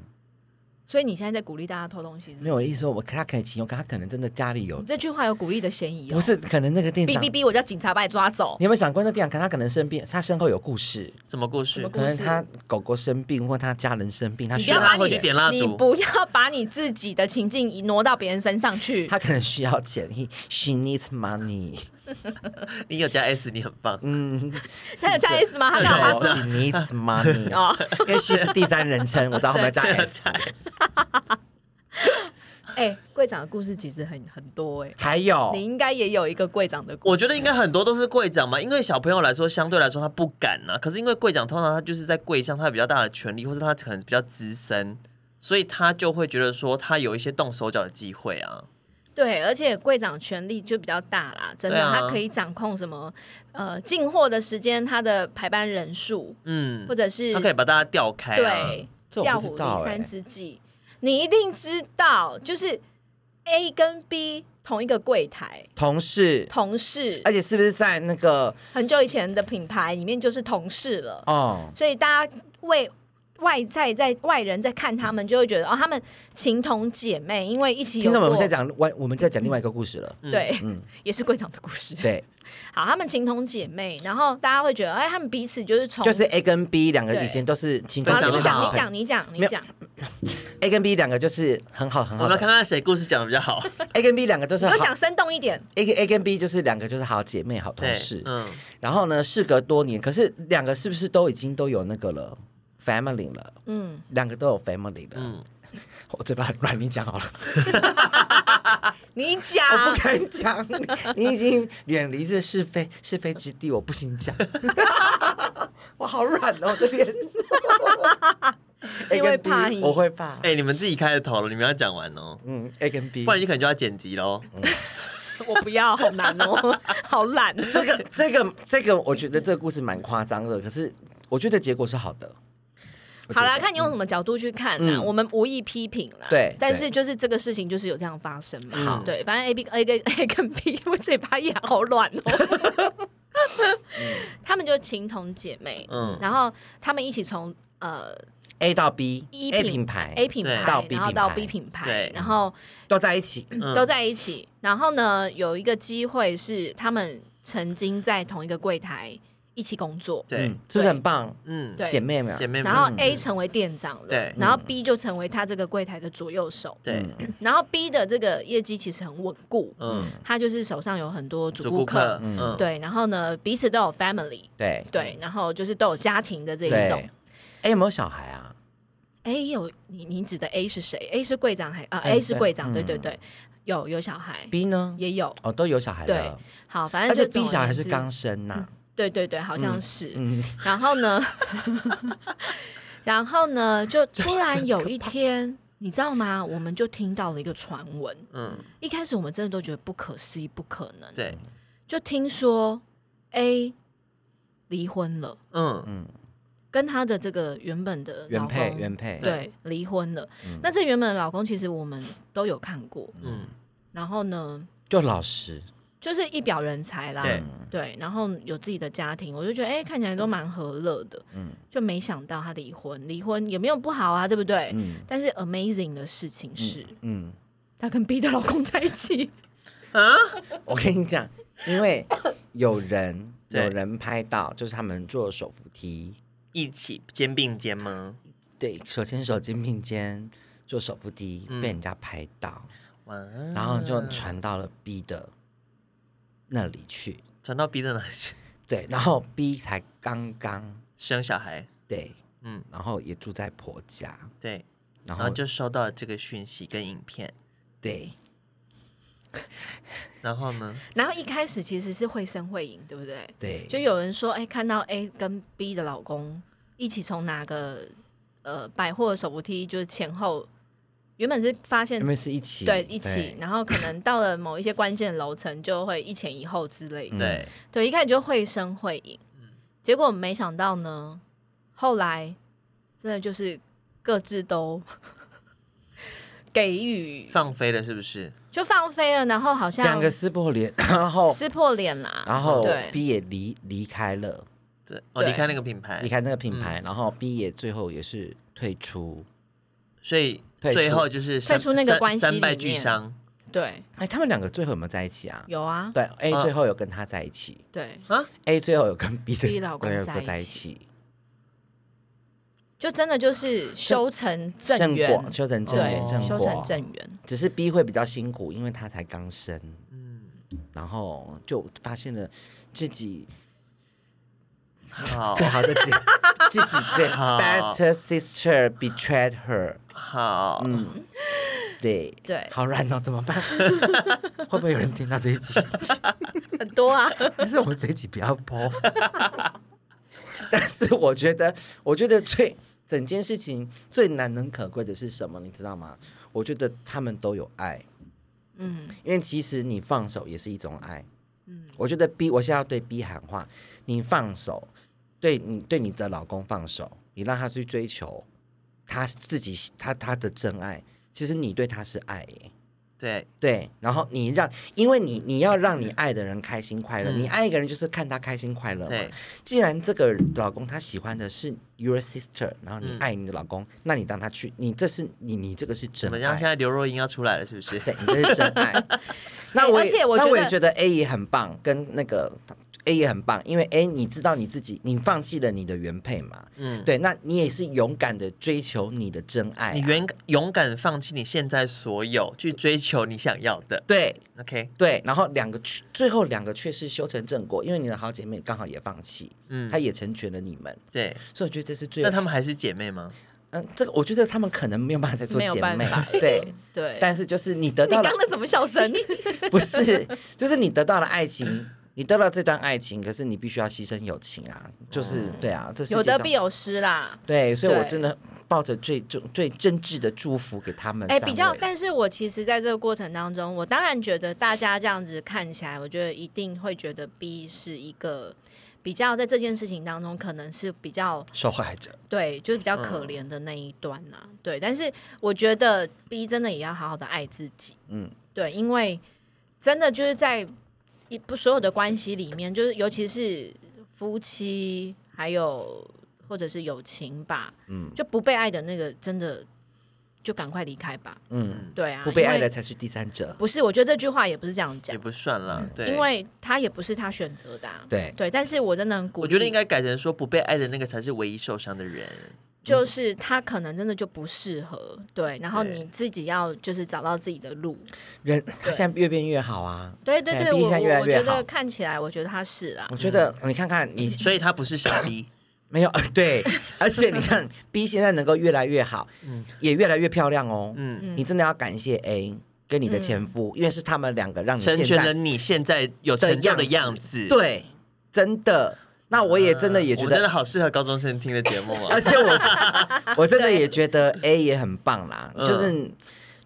S2: 所以你现在在鼓励大家偷东西是不是
S3: 没有我意思说，我他可以启用，可他可能真的家里有
S2: 你，这句嗯话有鼓励的嫌疑哦
S3: 不。是可能那个店
S2: 哔
S3: 长，
S2: 哔
S3: 你
S2: 哔，我叫警察把你抓走。
S3: 有没有想过那店长，可能他可能生病，他身后有故事，
S4: 什么故
S2: 什
S4: 事
S2: 么？故
S3: 可能他狗狗生病或他家人生病，他
S2: 你
S3: 需
S2: 不要
S4: 他
S2: 把
S3: 要
S4: 回去
S2: 你
S3: 钱，
S4: 点蜡烛
S2: 你不要把你自己的情境挪到别人身上去。
S3: 他可能需要钱，he she needs money，
S4: 你有加 S，你很棒。
S3: 嗯，
S2: 他有加 S 吗？他
S3: 对
S2: 刚好他说
S3: ，she needs money，
S2: 哦，
S3: 因为 she 是第三人称，我知道后面 加 s。
S2: 哎，柜长的故事其实很很多哎，
S3: 还有
S2: 你应该也有一个柜长的故事。
S4: 哦我觉得应该很多都是柜长嘛，因为小朋友来说，相对来说他不敢呐、可是因为柜长通常他就是在柜上，他有比较大的权利，或者他可能比较资深，所以他就会觉得说他有一些动手脚的机会啊。
S2: 对，而且柜长权力就比较大啦，真的，
S4: 对啊
S2: 他可以掌控什么呃进货的时间、他的排班人数，
S4: 嗯
S2: 或，者是
S4: 他可以把大家调开、啊。，
S2: 对
S3: 这我
S2: 调
S3: 不知
S2: 虎
S3: 道
S2: 离
S3: 哎
S4: 欸
S2: 山之计，你一定知道，就是 A 跟 B 同一个柜台，
S3: 同事，
S2: 同事
S3: 而，且是不是在那个
S2: 很久以前的品牌里面就是同事了，
S3: 哦？
S2: 所以大家为外在在外人在看他们，就会觉得哦，他们情同姐妹，因为一起有
S3: 听众们，我们
S2: 过嗯
S3: 现在讲完，我们在讲另外一个故事了。
S2: 对，
S3: 嗯
S2: 也是柜长的故事，
S3: 对，
S2: 好，她们情同姐妹，然后大家会觉得，哎，她们彼此就是从
S3: 就是哎 A 跟 B 两个
S2: 对
S3: 以前都是情
S2: 好
S3: 感
S4: 分享
S2: 你
S4: 得
S2: 讲，
S4: 好
S2: 你讲，你讲，
S3: 没
S2: 你
S3: 有
S2: 讲，
S3: A 跟 B 两个就是很好很
S4: 我
S3: 好
S4: 们来看
S3: 的
S4: 看谁故事讲的比 较好。
S3: ，A 跟 B 两个都是
S2: 你
S3: 好
S2: 会讲生动一点。
S3: A 跟 A 跟 B 就是两个就是好姐妹好同
S4: 对，
S3: 事，
S4: 嗯，
S3: 然后呢，事隔多年，可是两个是不是都已经都有那个了 family 了？
S2: 嗯，
S3: 两个都有 family 了，
S4: 嗯
S3: 我嘴巴很软，你讲好了，
S2: 你
S3: 我
S2: 讲
S3: 不，敢讲， 你已经远离这是非是非之地，我不行讲， 我好软哦，我的 脸，
S2: 你
S3: A
S2: 会
S3: 跟 B，
S2: 怕你
S3: 我会怕，
S4: 哎、你们自己开的头了，你们要讲完哦，
S3: 嗯，A 嗯跟 B，
S4: 不然你可能就要剪辑喽。
S2: 我不要，好难哦， 好懒。
S3: 这个这个这个，我觉得这个故事蛮夸张的，可是我觉得结果是好的。
S2: 好啦，
S3: 我觉得
S2: 看你用什么角度去看啦，
S3: 嗯
S2: 我们无意批评啦。
S3: 对嗯
S2: 但是就是这个事情就是有这样发生嘛。
S4: 好
S2: 对，反正 A B A 跟 A 跟 B，我嘴巴也好软哦。
S3: 嗯
S2: 他们就情同姐妹，
S4: 嗯
S2: 然后他们一起从呃
S3: A 到 B、
S2: 一
S3: A 品牌
S2: A 品
S4: 对
S2: 牌，
S3: 哎到 B
S2: 然后
S3: 品
S2: 到
S3: 牌
S2: B 品牌
S4: 对，
S2: 然后
S3: 都在一起，
S4: 嗯
S2: 都在一起。然后呢，有一个机会是他们曾经在同一个柜台一起工作，
S4: 对，
S3: 嗯是不是很棒？
S4: 嗯，
S2: 对
S3: 姐妹们，
S4: 姐妹们，
S2: 然后 A 成为店长了，
S4: 对
S3: 嗯
S2: 然后 B 就成为他这个柜台的左右手。
S4: 对，
S2: 然后 B 的这个业绩其实很稳固，
S4: 嗯，
S2: 他就是手上有很多主
S4: 主
S2: 顾
S4: 顾
S2: 客
S4: 客，，
S3: 嗯
S4: 嗯，
S2: 对，然后呢彼此都有 family，
S3: 对
S2: 对，然后就是都有家庭的这一种
S3: 对。哎，有没有小孩啊？
S2: A 有你，你指的 A 是谁？A 是柜长还啊、
S3: 哎
S2: a 是
S3: 对
S2: 柜长，对
S3: 嗯
S2: 对对，有有小孩
S3: B 呢？
S2: 也有，
S3: 哦，都有小孩了，
S2: 好，反
S3: 而
S2: 正就
S3: 且 B
S2: 总而
S3: 小孩
S2: 言
S3: 是
S2: 之
S3: 刚生呐。
S2: 对对对，好像是。
S3: 嗯，
S2: 然后呢， 然后呢， 就突然有一天，你知道吗？我们就听到了一个传闻，
S4: 嗯，
S2: 一开始我们真的都觉得不可思议、不可能，
S4: 对，
S2: 就听说 A 离婚了，
S4: 嗯，
S2: 跟她的这个原本的
S3: 原
S2: 老
S3: 配嗯
S2: 公
S3: 原配，
S2: 对离婚了。那这原本的老公其实我们都有看过，
S4: 嗯，
S2: 然后呢，
S3: 就老实，
S2: 就是一表人才啦，
S4: 对，
S2: 对，然后有自己的家庭，我就觉得哎、诶看起来都蛮和乐的，嗯，就没想到他离婚，离婚也没有不好啊，对不对？
S3: 嗯
S2: 但是 amazing 的事情是，
S3: 嗯。
S2: 她跟 B 的老公在一起，
S3: 我跟你讲，因为有人
S4: 对
S3: 有人拍到，就是他们坐手扶梯，
S4: 一起肩并肩吗？
S3: 对，手牵手肩并肩坐手扶梯，
S4: 嗯
S3: 被人家拍到，
S4: 哇，
S2: 嗯
S3: 然后就传到了 B 的那里去。
S4: 传到 B 的哪去？
S3: 对，然后 B 才刚刚
S4: 生小孩，
S3: 对，
S4: 嗯，
S3: 然后也住在婆家，
S4: 对，
S3: 然
S4: 然
S3: 后
S4: 后就收到了这个讯息跟影片，
S3: 对
S4: 然后呢？
S2: 然后一开始其实是会声会影，对不对？
S3: 对，
S2: 就有人说，哎、看到 A 跟 B 的老公一起从哪个呃百货手扶梯，就是前后原本是发现
S3: 他们是一起
S2: 对一起，，然后可能到了某一些关键楼层就会一前一后之
S3: 嗯
S2: 类的。
S4: 对，
S2: 对，一开始就绘声绘影，结果没想到呢，后来真的就是各自都 给予
S4: 放飞了是不是？
S2: 就放飞了，然后好
S3: 两
S2: 像
S3: 个撕破脸，然后
S2: 撕破脸啦，
S3: 然后
S2: 对
S3: B 也离离开了。
S4: 对，哦，
S2: 对
S4: 离开那个品牌
S3: 离，开那个品
S2: 嗯
S3: 牌，然后 B 也最后也是退出。
S4: 所以
S3: 退出
S4: 最后就是三
S2: 退出那个
S4: 三
S2: 关系
S4: 三败
S2: 里
S4: 俱
S2: 面
S4: 伤
S2: 对
S3: 哎，他们两个最后有没有在一起啊？
S2: 有啊，
S3: 对，A
S4: 啊
S3: 最后有跟他在一起、
S2: 对，
S4: 啊，
S3: a 最后有跟 B 的
S2: B 老公
S3: 有
S2: 在
S3: 在
S2: 一
S3: 一
S2: 起
S3: 起，
S2: 就真的就是修成正
S3: 正
S2: 缘
S3: 果，修成正
S2: 对
S3: 缘，
S4: 哦
S3: 正
S2: 修成
S3: 果。
S2: 正缘，
S3: 只是 B 会比较辛苦，因为他才刚生，嗯，然后就发现了自己
S4: 好
S3: 最好的姐，自己最
S4: 好
S3: better sister betrayed her，
S4: 好，
S3: 嗯对
S2: 对
S3: 好软哦，怎么 办？会不会有人听到这一集？
S2: 很多啊，
S3: 但是我们这一集不要播。 但是我觉得，我觉得最整件事情最难能可贵的是什么？你知道吗？我觉得他们都有爱，
S2: 嗯，
S3: 因为其实你放手也是一种爱。嗯，我觉得 B，我现在要对 B 喊话：你放手，对你对你的老公放手，你让他去追求他自己他他的真爱。其实你对他是爱耶、
S4: 对，
S3: 对，然后你让，因为你你要让你爱的人开心快乐，
S4: 嗯
S3: 你爱一个人就是看他开心快乐嘛
S4: 对。
S3: 既然这个老公他喜欢的是 your sister，然后你
S4: 嗯
S3: 爱你的老公，那你让他去，你这是你你这个是真
S4: 怎么样？
S3: 爱
S4: 现，在刘若英要出来了是不是？
S3: 对你这是真 爱。那我
S2: 而
S3: 也
S2: 且我
S3: 那
S2: 觉
S3: 我也
S2: 得
S3: 觉得 A 也很棒，跟那个 A 也很棒，因为 A 你知道你自己，你放弃了你的原配嘛，
S4: 嗯，
S3: 对，那你也是勇敢的追求你的真爱啊、
S4: 你原勇敢放弃你现在所有，去追求你想要的。
S3: 对
S4: OK，
S3: 对，然后两个确最后两个却是修成正果，因为你的好姐妹刚好也放弃，
S4: 嗯
S3: 她，也成全了你们，
S4: 对。
S3: 所以我觉得这是最
S4: 那她们还是姐妹吗？
S3: 嗯，这个我觉得她们可能没有办法再做
S2: 没有
S3: 姐
S2: 办
S3: 妹
S2: 法，
S3: 对，
S2: 对。
S3: 但是就是你得
S2: 你
S3: 到
S2: 刚
S3: 了
S2: 刚什么笑 声？
S3: 不是，就是你得到了爱情，你得到这段爱情，可是你必须要牺牲友情啊，就是、对啊，这世
S2: 哦有
S3: 界
S2: 得
S3: 上
S2: 必有失啦。
S3: 对，所以我
S2: 对
S3: 真的抱着最最最真挚的祝福给他们
S2: 哎、
S3: 三位。
S2: 比较，但是我其实在这个过程当中，我当然觉得大家这样子看起来，我觉得一定会觉得 B 是一个比较在这件事情当中可能是比较
S3: 受害者，
S2: 对，就是比较可怜的那一端呐、对，但是我觉得 B 真的也要好好的爱自己，
S3: 嗯
S2: 嗯，对，因为真的就是在一不所有的关系里面，就是尤其是夫妻，还有或者是友情吧，嗯，就不被爱的那个真的就赶快离开吧，
S3: 嗯，
S2: 对啊，
S3: 不被
S2: 因
S3: 爱
S2: 为
S3: 的才是第三者，
S2: 不是，我觉得这句话也不是这样
S4: 也
S2: 讲，
S4: 不算啦，
S3: 嗯
S4: 对，
S2: 因为他也不是他选择的、啊，
S3: 对
S2: 对，但是我真的很鼓励，
S4: 我觉得应该改成说不被爱的那个才是唯一受伤的人。
S3: 嗯
S2: 就是他可能真的就不适合，对，然后
S4: 对
S2: 你自己要就是找到自己的路，
S3: 人他现在越变越好啊，
S2: 对对对，
S3: 比
S2: 我
S3: 现在越来
S2: 我我
S3: 越
S2: 觉
S3: 好
S4: 嗯
S2: 得看起来，我觉得他是啦，
S3: 我觉得你看看你
S4: 所以她不是傻逼，
S3: 没有，呃 对，而且你 看 B 现在能够越来越好，也越来越漂亮哦。
S4: 嗯，
S3: 你真的要感谢 A 跟你的前夫，因为是他们两个让你
S4: 成
S3: 嗯现
S4: 全了
S3: 在
S4: 你现在有成就的样子。，
S3: 对，真的。那我也真的也觉
S4: 呃我们真
S3: 得
S4: 的，好适合高中生听的节目啊
S3: 而。且 我是我真的
S2: 对
S3: 也觉得 A 也很棒啦，
S4: 嗯
S3: 就是。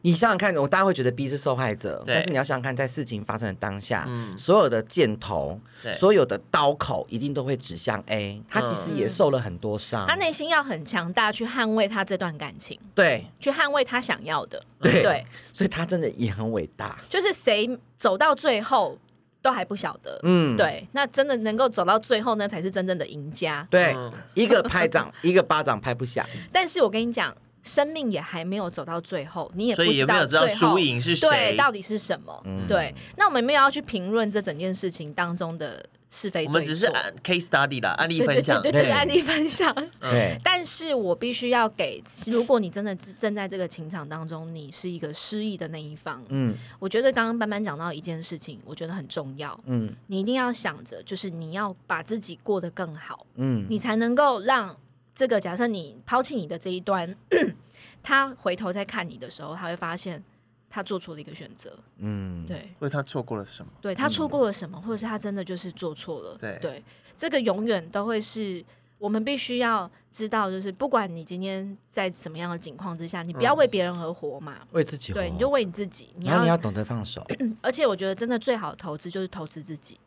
S3: 你想想看，我大家会觉得 B 是受害者，
S4: 对
S3: 但是你要想想看，在事情发生的当下，
S4: 嗯
S3: 所有的箭头
S4: 对、
S3: 所有的刀口一定都会指向 A，他其
S4: 嗯
S3: 实也受了很多伤。
S2: 他内心要很强大，去捍卫他这段感情，
S3: 对
S2: 去捍卫他想要的。
S3: 对所以他真的也很伟大。
S2: 就是谁走到最后都还不晓得。
S3: 嗯，
S2: 对，那真的能够走到最后呢，才是真正的赢家。
S3: 对
S4: 嗯，
S3: 一个 拍掌，一个巴掌拍不响。
S2: 但是我跟你讲，生命也还没有走到最后，你也不
S4: 所以也
S2: 知
S4: 没有
S2: 道
S4: 知道
S2: 最后
S4: 输赢是
S2: 对
S4: 谁。嗯
S2: 到底是什么。对，那我们没有要去评论这整件事情当中的是非对错，
S4: 我们只是按 case study 啦，案例
S2: 对
S4: 分
S2: 对
S4: 享
S2: 对。对
S3: 对
S2: 对案例分享。
S3: 对，
S2: 但是我必须要给，如果你真的正在这个情场当中，你是一个失意的那一方，
S3: 嗯
S2: 我觉得刚刚班班讲到一件事情，我觉得很重要，
S3: 嗯
S2: 你一定要想着，就是你要把自己过得更好，
S3: 嗯
S2: 你才能够让这个假设你抛弃你的这一端， 他回头再看你的时候，他会发现他做出了一个选择，
S3: 嗯，
S2: 对。
S4: 为他错过了什么？
S2: 对他错过了什么，或者是他真的就是做错了。
S4: 对
S2: 这个永远都会是我们必须要知道，就是不管你今天在什么样的境况之下，你不要为别人而活嘛。
S3: 为自己活。
S2: 对，你就为你自己，你
S3: 嗯然后
S2: 要，
S3: 你要懂得 放手，
S2: 而且我觉得真的最好的投资就是投资自己。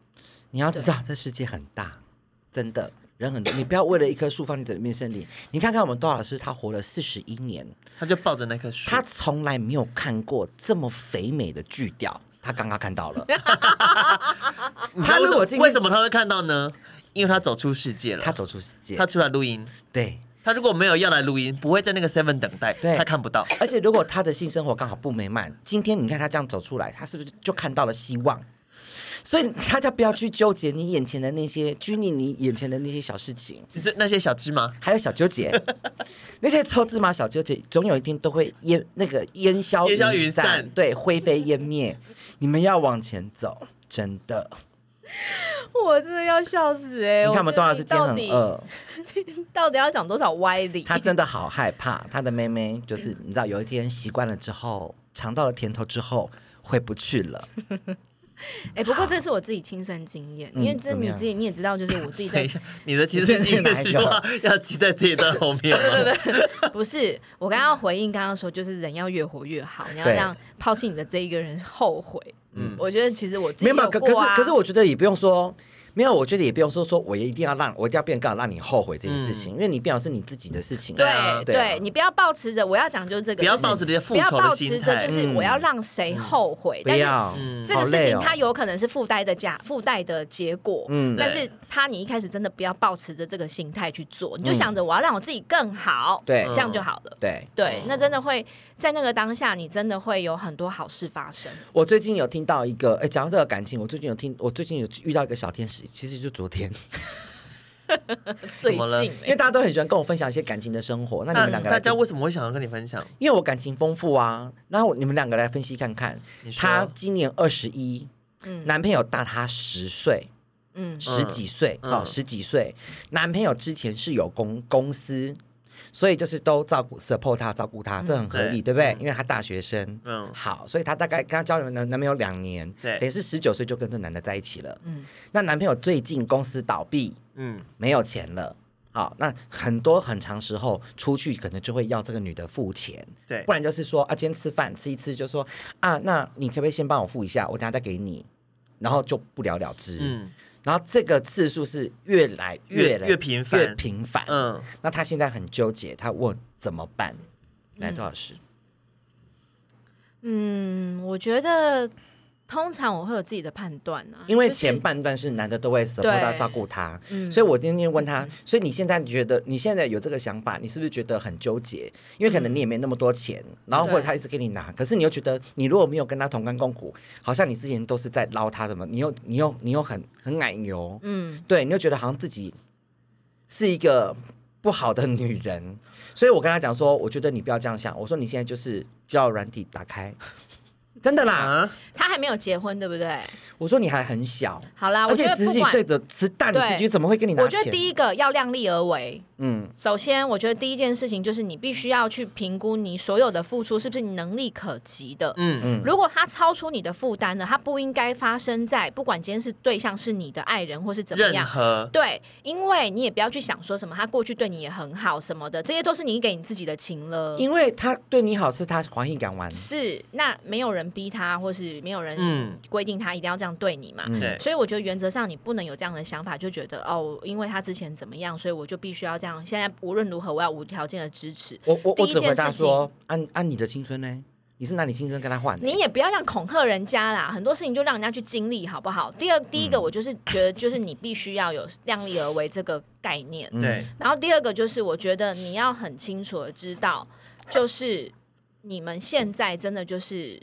S3: 你要知道这世界很大，真的。人很多，你不要为了一棵树放弃整片森林。你看看我们窦老师，他活了四十一年，
S4: 他就抱着那棵树。
S3: 他从来没有看过这么肥美的巨雕，他刚刚看到 了。
S4: 你知道
S3: 他如果
S4: 为
S3: 今天
S4: 什么为什么他会看到呢？因为他走出世界了，
S3: 他走出世界
S4: 他，出来录音。
S3: 对。
S4: 他如果没有要来录音，不会在那个 Seven 等待
S3: 对，
S4: 他看不到。
S3: 而且如果他的性生活刚好不美满，今天你看他这样走出来，他是不是就看到了希望？所以大家不要去纠结你眼前的那些拘泥你眼前的那些小事情，
S4: 这那些小芝麻，
S3: 还有小纠结， 那些抽芝麻小纠结，总有一天都会烟那个烟消
S4: 烟消
S3: 云
S4: 云散
S3: 对，灰飞烟灭。你们要往前走，真的。
S2: 我真的要笑死哎、欸！
S3: 你看
S2: 我
S3: 我
S2: 觉
S3: 们段
S2: 得
S3: 老
S2: 你
S3: 师今天很饿，
S2: 到底，到底要讲多少歪理？
S3: 他真的好害怕，他的妹妹就是你知道，有一天习惯了之后，尝到了甜头之后回不去了。
S2: 哎、不过这是我自己亲身经验，因为这
S3: 怎么
S2: 你
S3: 样
S2: 自己你也知道，就是我自 己
S4: 等
S2: 在
S4: 一下，你的其实
S3: 你是
S4: 你
S3: 哪
S4: 的
S3: 一个
S4: 句话要记在这一段后 面吗？
S2: 不是，我刚刚回应刚刚说，就是人要越活越好，你要
S3: 对
S2: 让抛弃你的这一个人后悔。嗯
S4: 嗯，
S2: 我觉得其实我自己
S3: 没有，没有可可
S2: 过
S3: 是
S2: 啊。
S3: 可是我觉得也不用说，没有，我觉得也不用说，说我一定要让我一定要变更好，让你后悔这件事情，因为你变好是你自己的事情。
S2: 嗯对
S4: 啊
S2: 对,、
S3: 对啊
S2: 你不要抱持着我要讲就是这个，
S4: 不要
S2: 就是
S4: 抱持着复
S2: 不要
S4: 仇的
S2: 抱
S4: 心
S2: 持着
S4: 态
S2: 就。是我要让谁后悔，
S3: 嗯不
S2: 但是嗯
S3: 要，
S2: 这
S3: 好
S2: 个事
S3: 累
S2: 情
S3: 哦
S2: 它有可能是附带的假附带的结果，嗯，
S3: 嗯
S2: 但
S4: 对
S2: 是它你一开始真的不要抱持着这个心态去做，你就想着我要让我自己更好，
S3: 嗯对
S2: 这样就好了。
S3: 对。
S2: 对，
S4: 哦
S2: 那真的会在那个当下，你真的会有很多好事发生。
S3: 我最近有听到一个，哎，讲到这个感情，我最近有听，我最近有遇到一个小天使，其实就 昨天，
S2: 最
S4: 么了
S2: 近
S3: 因为大家都很喜欢跟我分享一些感情的生活，那
S2: 嗯
S3: 你们两
S4: 那
S3: 个来
S4: 大
S3: 听
S4: 家为什么会想要跟你分享？
S3: 因为我感情丰富啊，然后你们两个来分析看看
S4: 你，说
S3: 她今年二十一，
S2: 嗯
S3: 男朋友大她十岁，
S2: 嗯
S3: 十几岁
S4: 嗯
S3: 哦，
S4: 嗯
S3: 十几岁，男朋友之前是有公公司，所以就是都照顾 support 她，照顾她，这很合理，对
S4: 嗯对
S3: 不对？因为她大学生，
S4: 嗯
S3: 好，所以她大概跟她交往男男朋友两年，
S4: 对
S3: 等于是十九岁就跟这男的在一起了，
S2: 嗯
S3: 那男朋友最近公司倒闭，
S4: 嗯，
S3: 没有钱了。好，那很多很长时候出去可能就会要这个女的付钱，
S4: 对
S3: 不，然就是说啊，今天吃饭吃一次就说啊，那你可不可以先帮我付一下，我等下再给你，然后就不了了之。
S4: 嗯
S3: 然后这个次数是越来越
S4: 越
S3: 来
S4: 越频繁
S3: 越频繁。
S4: 嗯，
S3: 那他现在很纠结，他问怎么办？来，赵老师，
S2: 嗯，我觉得通常我会有自己的判断啊，
S3: 因为
S2: 就是
S3: 前半段是男的都会舍不
S2: 对嗯
S3: 得照顾他，所以我今天问他，所以你现在觉得你现在有这个想法，你是不是觉得很纠结？因为可
S2: 嗯
S3: 能你也没那么多钱，然后或者他一直给你拿，可是你又觉得你如果没有跟他同甘共苦，好像你之前都是在捞他的嘛，你又你又你又很很奶油，
S2: 嗯，
S3: 对，你又觉得好像自己是一个不好的女人，所以我跟他讲说，我觉得你不要这样想，我说你现在就是交友软体打开，真的啦。
S4: 啊，
S2: 他还没有结婚，对不对？
S3: 我说你还很小，
S2: 好啦，
S3: 而
S2: 啊我
S3: 且
S2: 觉得
S3: 十
S2: 不
S3: 几
S2: 管，
S3: 岁的子大的子
S2: 对
S3: 居怎么会跟你拿
S2: 我
S3: 钱？
S2: 觉得第一个要量力而为。
S3: 嗯，
S2: 首先，我觉得第一件事情就是你必须要去评估你所有的付出是不是你能力可及的。
S4: 嗯嗯，
S2: 如果它超出你的负担了，它不应该发生在不管今天是对象是你的爱人或是怎么
S4: 任
S2: 样。
S4: 何
S2: 对，因为你也不要去想说什么他过去对你也很好什么的，这些都是你给你自己的情了。
S3: 因为他对你好是他怀疑感完，
S2: 是，那没有人逼他，或是没有人
S4: 嗯
S2: 规定他一定要这样对你嘛。
S3: 嗯
S4: 对，
S2: 所以我觉得原则上你不能有这样的想法，就觉得哦，因为他之前怎么样，所以我就必须要这样。现在无论如何，我要无条件的支持。
S3: 我我
S2: 第
S3: 我
S2: 一
S3: 只
S2: 件
S3: 回答
S2: 事情
S3: 说，按按你的青春呢？你是拿你青春跟他换的？
S2: 你也不要让恐吓人家啦，很多事情就让人家去经历，好不好？第二，第一个我就是觉得，就是你必须要有量力而为这个概念。
S3: 嗯
S4: 对，
S2: 然后第二个就是，我觉得你要很清楚的知道，就是你们现在真的就是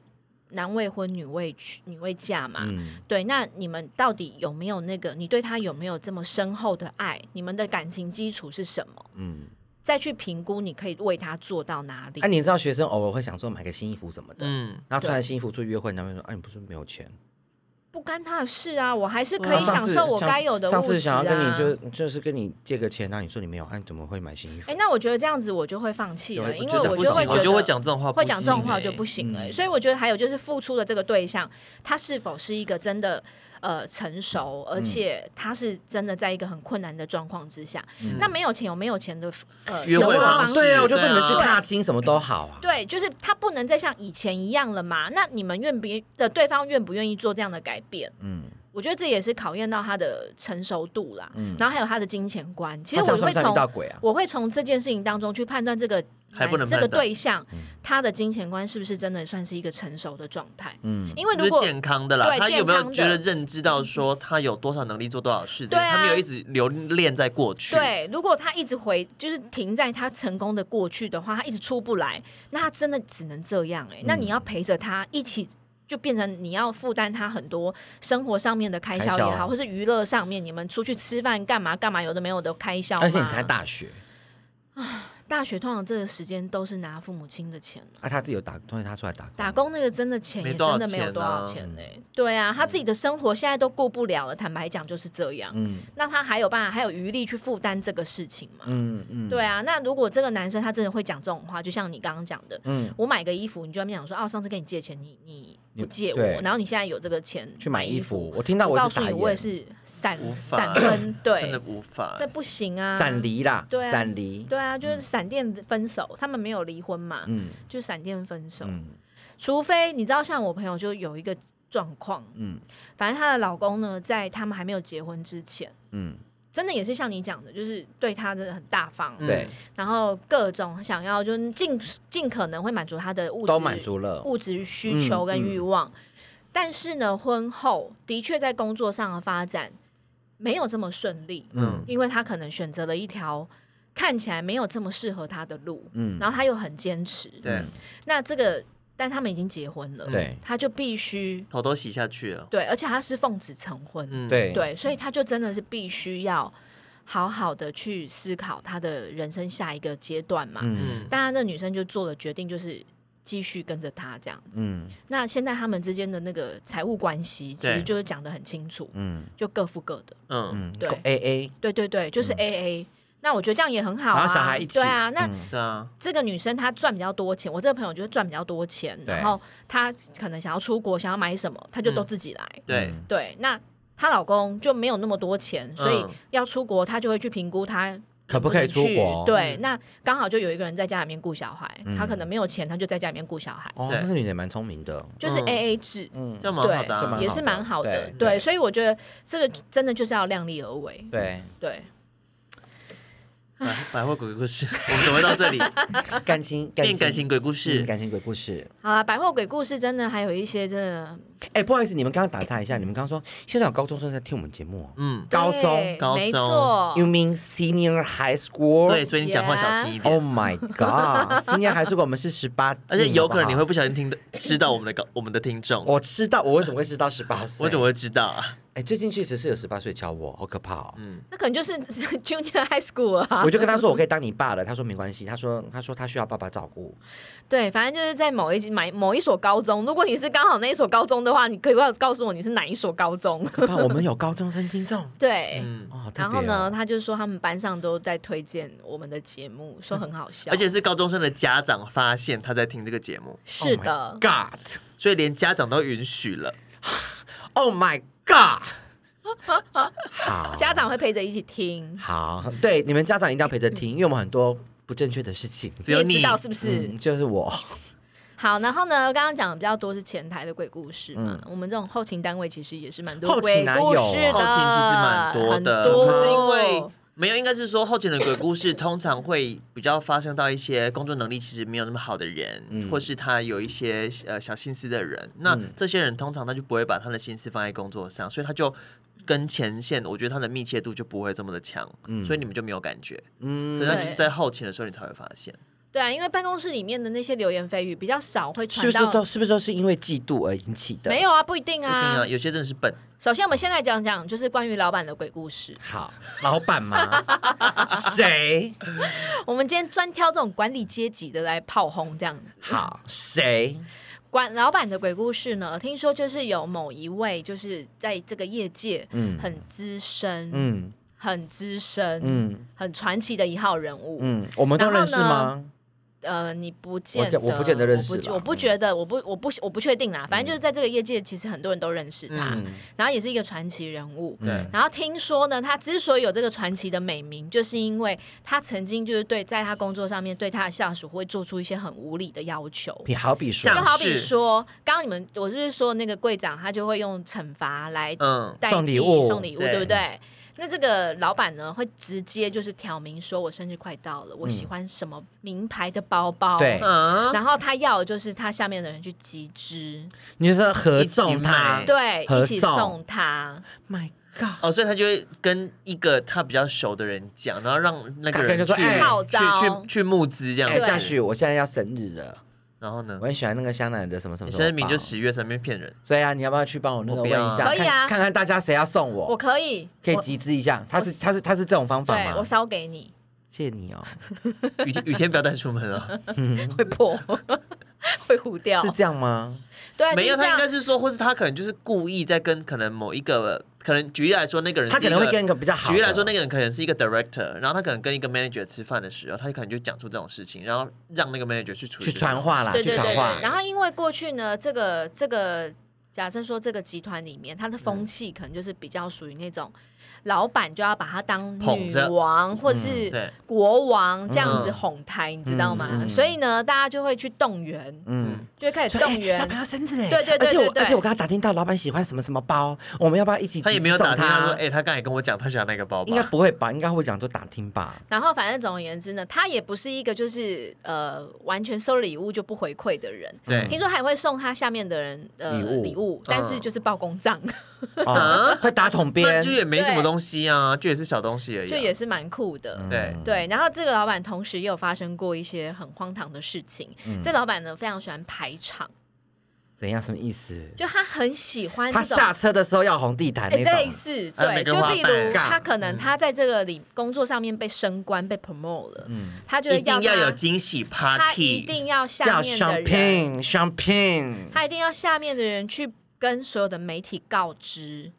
S2: 男未婚女未娶女未嫁嘛，
S3: 嗯，
S2: 对，那你们到底有没有那个？你对他有没有这么深厚的爱？你们的感情基础是什么？
S3: 嗯，
S2: 再去评估你可以为他做到哪里
S3: 啊，。你知道学生偶尔会想说买个新衣服什么的，
S4: 嗯，
S3: 然后穿了新衣服出去约会，他们说：“啊，你不是没有钱？
S2: 不干他的事啊，我还是可
S3: 啊
S2: 以
S3: 上
S2: 享
S3: 次
S2: 受我
S3: 上
S2: 该有的
S3: 上
S2: 物
S3: 次
S2: 质
S3: 想要
S2: 啊。
S3: 跟你就就是跟你借个钱，然后你说你没有，啊，你怎么会买新衣服
S2: 哎，？那我觉得这样子我就会放弃了，
S3: 对我
S2: 因为
S3: 觉得
S2: 我
S3: 不
S2: 就会
S3: 行
S2: 觉
S4: 我
S2: 得
S4: 就会讲这种话，
S2: 会讲这种话我就不
S4: 行
S2: 行
S3: 嗯
S2: 了欸、所以我觉得还有就是付出的这个对象，他是否是一个真的呃成熟，
S3: 嗯
S2: 而且他是真的在一个很困难的状况之下，
S3: 嗯
S2: 那没有钱有没有钱的呃
S4: 约
S2: 生
S4: 会
S2: 活
S4: 方
S2: 方
S4: 式
S2: 式。
S3: 对啊，我就说你们去
S4: 对啊
S3: 踏青什么都好啊。
S2: 对，就是他不能再像以前一样了嘛。那你们愿不愿呃，对方愿不愿意做这样的改变？
S3: 嗯，
S2: 我觉得这也是考验到他的成熟度啦，然后还有他的金钱观。其实
S3: 嗯那这
S2: 我会
S3: 样算不算
S2: 从
S3: 遇到鬼啊？
S2: 我会从这件事情当中去判断这个
S4: 还不能
S2: 这个
S4: 判断
S2: 对象
S3: 嗯
S2: 他的金钱观是不是真的算是一个成熟的状态。
S3: 嗯，
S2: 因为
S4: 就
S2: 如
S4: 是
S2: 果
S4: 健康的啦
S2: 对，
S4: 他有
S2: 健
S4: 没
S2: 康
S4: 有
S2: 的
S4: 觉得认知到说他有多少能力做多少事情，
S2: 对啊
S4: 他没有一直留恋在过去，，
S2: 对，如果他一直回，就是停在他成功的过去的话，他一直出不来，那他真的只能这样哎、那你要陪着他一起，就变成你要负担他很多生活上面的开销
S3: 开销
S2: 也好，或是娱乐上面，你们出去吃饭干嘛干嘛，有的没有的开销嘛。啊
S3: 而且你才大学，
S2: 大学，通常这个时间都是拿父母亲的钱。
S3: 啊，他自己有打，突然他出来打工，
S2: 打工那个真的钱
S4: 没
S2: 也
S4: 多少
S2: 真的没有
S4: 钱
S2: 多少
S4: 啊
S2: 钱哎、对啊，他自己的生活现在都顾不了了，坦白讲就是这样。
S3: 嗯
S2: 那他还有办法，还有余力去负担这个事情吗？
S3: 嗯嗯，
S2: 对啊，那如果这个男生他真的会讲这种话，就像你刚刚讲的，
S3: 嗯
S2: 我买个衣服，你就在那边讲说，哦、上次跟你借钱，你你不借我
S3: 对，
S2: 然后你现在有这个钱
S3: 去买
S2: 衣
S3: 衣服，，我听到
S2: 我
S3: 我
S2: 告
S3: 是
S2: 诉
S3: 傻
S2: 你，我也
S3: 眼，
S2: 是闪
S4: 无
S2: 闪
S4: 法
S2: 分，
S4: 真
S2: 对
S4: 的，无法
S2: 这。不行啊，
S3: 闪，离啦，
S2: 对啊
S3: 闪离，
S2: 对啊，就是闪电分手，他们没有离婚嘛，
S3: 嗯
S2: 就闪电分手，
S3: 嗯
S2: 除非你知道，像我朋友就有一个状况，
S3: 嗯
S2: 反正她的老公呢，在他们还没有结婚之前。
S3: 嗯，
S2: 真的也是像你讲的，就是对她真的很大方，
S4: 嗯
S3: 对，
S2: 然后各种想要，就是尽尽可能会满足她的物质
S3: 都满足了，
S2: 物质需求跟欲望。但是呢，婚后的确在工作上的发展没有这么顺利，
S3: 嗯
S2: 因为她可能选择了一条看起来没有这么适合她的路，
S3: 嗯，
S2: 然后她又很坚持。
S4: 对，
S2: 那这个，但他们已经结婚了，
S3: 对
S2: 她就必须
S4: 头都洗下去了，
S2: 对，而且她是奉子成婚，
S4: 嗯，，
S3: 对，
S2: 对，所以他就真的是必须要好好的去思考他的人生下一个阶段嘛。
S3: 嗯
S4: 嗯，
S2: 当然，那女生就做了决定，就是继续跟着他这样子。
S3: 嗯
S2: 那现在他们之间的那个财务关系，其实
S4: 对
S2: 就是讲的很清楚，
S3: 嗯
S2: 就各付各的。
S4: 嗯，
S3: 嗯
S2: 对
S3: ，A A，
S2: 对对对，就是 A A、那我觉得这样也很好啊，
S3: 嗯然后小孩一起嗯
S2: 对啊，那
S4: 对啊，
S2: 这个女生她赚比较多钱，我这个朋友就是赚比较多钱，
S3: 对
S2: 然后她可能想要出国，想要买什么，她就都
S4: 嗯
S2: 自己来。
S4: 对，
S2: 对，那她老公就没有那么多钱，所以
S4: 嗯
S2: 要出国，她就会去评估她
S3: 可呃不可以出
S2: 去
S3: 国？，
S2: 对，
S4: 嗯
S2: 那刚好就有一个人在家里面顾小孩，
S3: 嗯
S2: 她可能没有钱，她就在家里面顾小孩，
S3: 哦，
S4: 对
S3: 那个女人蛮聪明的，
S2: 就是 A A 制，
S3: 嗯
S4: 这，样蛮好的
S3: 这
S4: 啊
S3: 蛮
S2: 对，，也是蛮好的，
S3: 对
S2: 对，
S3: 对
S2: 所以我觉得这个真的就是要量力而为，
S3: 对，
S2: 对，
S4: 百百货鬼故事， 我们怎么会到这里？
S3: 感情感
S4: 变
S3: 情
S4: 感情鬼故
S3: 嗯
S4: 事，
S3: 感情鬼故事。
S2: 好啦，百货鬼故事真的还有一些真的
S3: 哎，不好意思，你们刚刚打岔一下，你们刚刚说现在有高中生在听我们节目哦，
S4: 嗯，
S3: 高
S2: 嗯对
S3: 中
S4: 高
S2: 没
S4: 中
S2: 错，
S3: ，You mean senior high school？
S4: 对，所以你讲话小心一点。
S3: Oh my god！senior high school 我们是十八，
S4: 而且有可能你会不小心听的吃到我们的高我们的听众，
S3: 我知道，我为什么会知道十八岁？
S4: 我怎么会知道啊？
S3: 哎，最近确实是有十八岁教我，好可怕哦！
S2: 那可能就是 junior high school 嗯啊，
S3: 我就跟他说我可以当你爸了，他说没关系，他说他说他需要爸爸照顾，
S2: 对，反正就是在某一买某一所高中，如果你是刚好那一所高中的话，你可以告告诉我你是哪一所高中？
S3: 可怕，我们有高中生听众
S2: 对。
S4: 嗯，
S3: 哦。好特别
S2: 然后
S3: 哦
S2: 呢，？他就说他们班上都在推荐我们的节目，
S3: 嗯
S2: 说很好笑，
S4: 而且是高中生的家长发现他在听这个节目，
S2: 是
S3: Oh
S2: 的
S3: my，，God。
S4: 所以连家长都允许了。
S3: Oh my god！好，
S2: 家长会陪着一起听，
S3: 好，对，你们家长一定要陪着听，因为我们很多不正确的事情，
S4: 只有
S2: 你
S4: 你
S2: 也知道是不是？
S3: 嗯，就是我，
S2: 好，然后呢，刚刚讲的比较多是前台的鬼故事嘛，我们这种后勤单位其实也是蛮多
S3: 嗯后
S2: 鬼
S3: 勤
S2: 故事
S3: 哪
S2: 的，
S3: 有啊
S4: 后勤其实蛮多的，
S2: 很多
S4: 可
S3: 嗯
S4: 是因为。没有，应该是说后勤的鬼故事通常会比较发生到一些工作能力其实没有那么好的人，
S3: 嗯
S4: 或是他有一些呃小心思的人。那这些人通常他就不会把他的心思放在工作上，所以他就跟前线，我觉得他的密切度就不会这么的强，所以你们就没有感觉。所以
S3: 嗯，
S4: 他就是在后勤的时候你才会发现。
S2: 对啊，因为办公室里面的那些流言蜚语比较少会
S3: 是
S2: 传
S3: 不是
S2: 到，
S3: 都是不是都是因为嫉妒而引起的？
S2: 没，有啊，不一定
S4: 我跟你
S2: 啊
S4: 讲，。有些真的是笨，
S2: 首先，我们现在讲讲就是关于老板的鬼故事。
S3: 好，老 板吗？谁？
S2: 我们今天专挑这种管理阶级的来炮轰，这样子。
S3: 好，谁？
S2: 管老板的鬼故事呢？听说就是有某一位，就是在这个业界，
S3: 嗯
S2: 很资深，
S3: 嗯
S2: 很资深，
S3: 嗯
S2: 很传奇的一号人物。
S3: 嗯，我们都认识
S2: 然后
S3: 吗？
S2: 呃，你不见
S3: 我不见得认识
S2: 我不
S3: 啦嗯
S2: 我不觉得，我不，我不，我不确定啦。反正就是在这个业界，其实很多人都认识他，
S4: 嗯
S2: 然后也是一个传奇人物。
S3: 嗯
S4: 对
S2: 然后听说呢，他之所以有这个传奇的美名，就是因为他曾经就是对在他工作上面对他的下属会做出一些很无理的要求。
S3: 比好比说
S2: 就
S4: 像
S2: 好比
S4: 是
S2: 说，刚刚你们我是不是说那个柜长他就会用惩罚来
S4: 嗯，
S2: 代替
S3: 送礼物
S2: 送礼物
S4: 对
S2: 对不对？那这个老板呢，会直接就是挑明说，我生日快到了，我喜欢什么名牌的包包，
S3: 嗯对
S4: 啊，
S2: 然后他要的就是他下面的人去集资，
S3: 你就是合送
S4: 一
S3: 他
S4: 起
S2: 对，
S3: 嗯合
S2: 一起
S3: 送
S2: 送他，
S3: ，My God，
S4: 哦，所以他就会跟一个他比较熟的人讲，然后让那个
S3: 大概
S4: 人
S3: 就
S4: 去
S3: 说哎
S2: 号
S4: 去
S2: 召
S4: 去去募资这样
S3: 哎，
S2: 对
S3: 嘉
S4: 子。
S3: 许，我现在要生日了，
S4: 然后呢
S3: 我，很喜欢那个香奈儿的什么什么
S4: 你
S3: 什么包，
S4: 声明就十月三面骗人，
S3: 所以啊，你要不要去帮我那个
S4: 我
S3: 问
S4: 不要啊
S3: 一下，
S2: 可以啊
S3: 看看看大家谁要送
S2: 我
S3: 我，
S2: 可以，
S3: 哦可以
S2: 我
S3: 集资一下。他是他是他是这种方法
S2: 对
S3: 吗
S2: 我？烧给你，
S3: 谢谢你哦，
S4: 雨天雨天不要带出门啊了。
S2: 会破， 会糊掉
S3: 嗯是，这样吗？
S2: 对啊，
S4: 没有，
S2: 就是
S4: 他
S2: 这样
S4: 应该是说，或是他可能就是故意在跟可能某一个，可能举例来说，那个人是
S3: 他可能
S4: 一
S3: 会跟一个比较好的
S4: 举例来说，那个人可能是一个 director，然后他可能跟一个 manager 吃饭的时候，他可能就讲出这种事情，然后让那个 manager 去处理
S3: 去
S4: 这个
S3: 传话啦，
S2: 对
S3: 啊去
S2: 对对
S3: 传
S2: 对。
S3: 话。
S2: 然后因为过去呢，这个这个假设说这个集团里面，它
S3: 嗯
S2: 的风气可能就是比较属于那种。老板就要把她当
S4: 捧
S2: 女
S4: 着
S3: 嗯
S2: 王或者是
S4: 对
S2: 国王这样子
S4: 嗯
S2: 哄抬，你知道吗？
S3: 嗯嗯
S2: 所以呢，大家就会去动员，
S3: 嗯，
S2: 就会开始
S3: 说
S2: 动
S3: 哎
S2: 员
S3: 老。板要生日哎，
S2: 对对对
S3: 而且我
S2: 对对
S3: 而且我刚刚打听到老板喜欢什么什么包，我们要不要一起集
S4: 他也
S3: 资
S4: 没有
S3: 送
S4: 打听，他说：“
S3: 他？
S4: 哎、他刚才跟我讲，他想要那个包包
S3: 应。该不会吧？应该会讲说打听吧。
S2: 然后，反正总而言之呢，他也不是一个就是呃完全收礼物就不回馈的人。
S4: 对
S2: 听说还会送他下面的人呃
S3: 嗯礼物嗯
S2: 礼物，但是就是报公账，
S3: 哦，会打桶”
S4: 那
S3: 边
S4: 就，也没什么东西啊，就也是小东西而已啊、
S2: 就也是蛮酷的。
S3: 嗯
S4: 对
S2: 对，然后这个老板同时也有发生过一些很荒唐的事情。
S4: 嗯
S2: 这老板呢非常喜欢排场，
S3: 怎样？什么意思？
S2: 就他很喜欢
S3: 他
S2: 这种
S3: 下车的时候要红地毯
S2: 哎
S3: 那
S2: 类
S3: 种，
S2: 似
S4: 还有
S2: 对，
S4: 玫瑰
S2: 就
S4: 花
S2: 例
S4: 瓣
S2: 如他
S3: 杠
S2: 可
S4: 嗯
S2: 能他在这个里工作上面被升官被 promote 了，他就
S4: 嗯一
S2: 会
S4: 定要
S2: 他
S4: 有惊喜
S2: 他一
S4: party，
S2: 定要下
S3: 要
S2: 面的人，
S3: champagne，champagne。
S2: 他一定要下面的人去跟所有的媒体告知，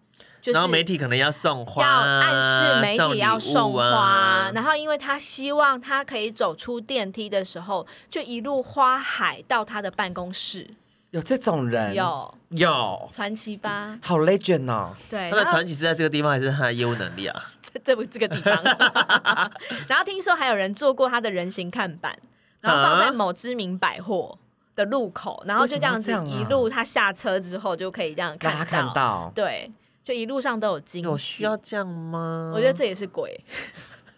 S2: 就是
S4: 然后媒体可能要送花
S2: 要
S4: 啊，
S2: 暗示媒体要送
S4: 礼物
S2: 花，
S4: 啊，
S2: 然后因为他希望他可以走出电梯的时候，就一路花海到他的办公室，
S3: 有这种人，
S2: 有
S3: 有，
S2: 传奇吧？
S3: 好 legend 哦。
S2: 对，
S4: 他的
S2: 然后
S4: 传奇是在这个地方还是他的业务能力啊？
S2: 这这不这个地方，然后听说还有人做过他的人形看板，然后放在某知名百货的路口，然后就这样子
S3: 为什么要这
S2: 一
S3: 样啊
S2: 路他下车之后就可以这样
S3: 让
S2: 看
S3: 他看到，
S2: 对，就一路上都有惊
S4: 有需
S2: 喜。
S4: 要这样吗？
S2: 我觉得这也是鬼，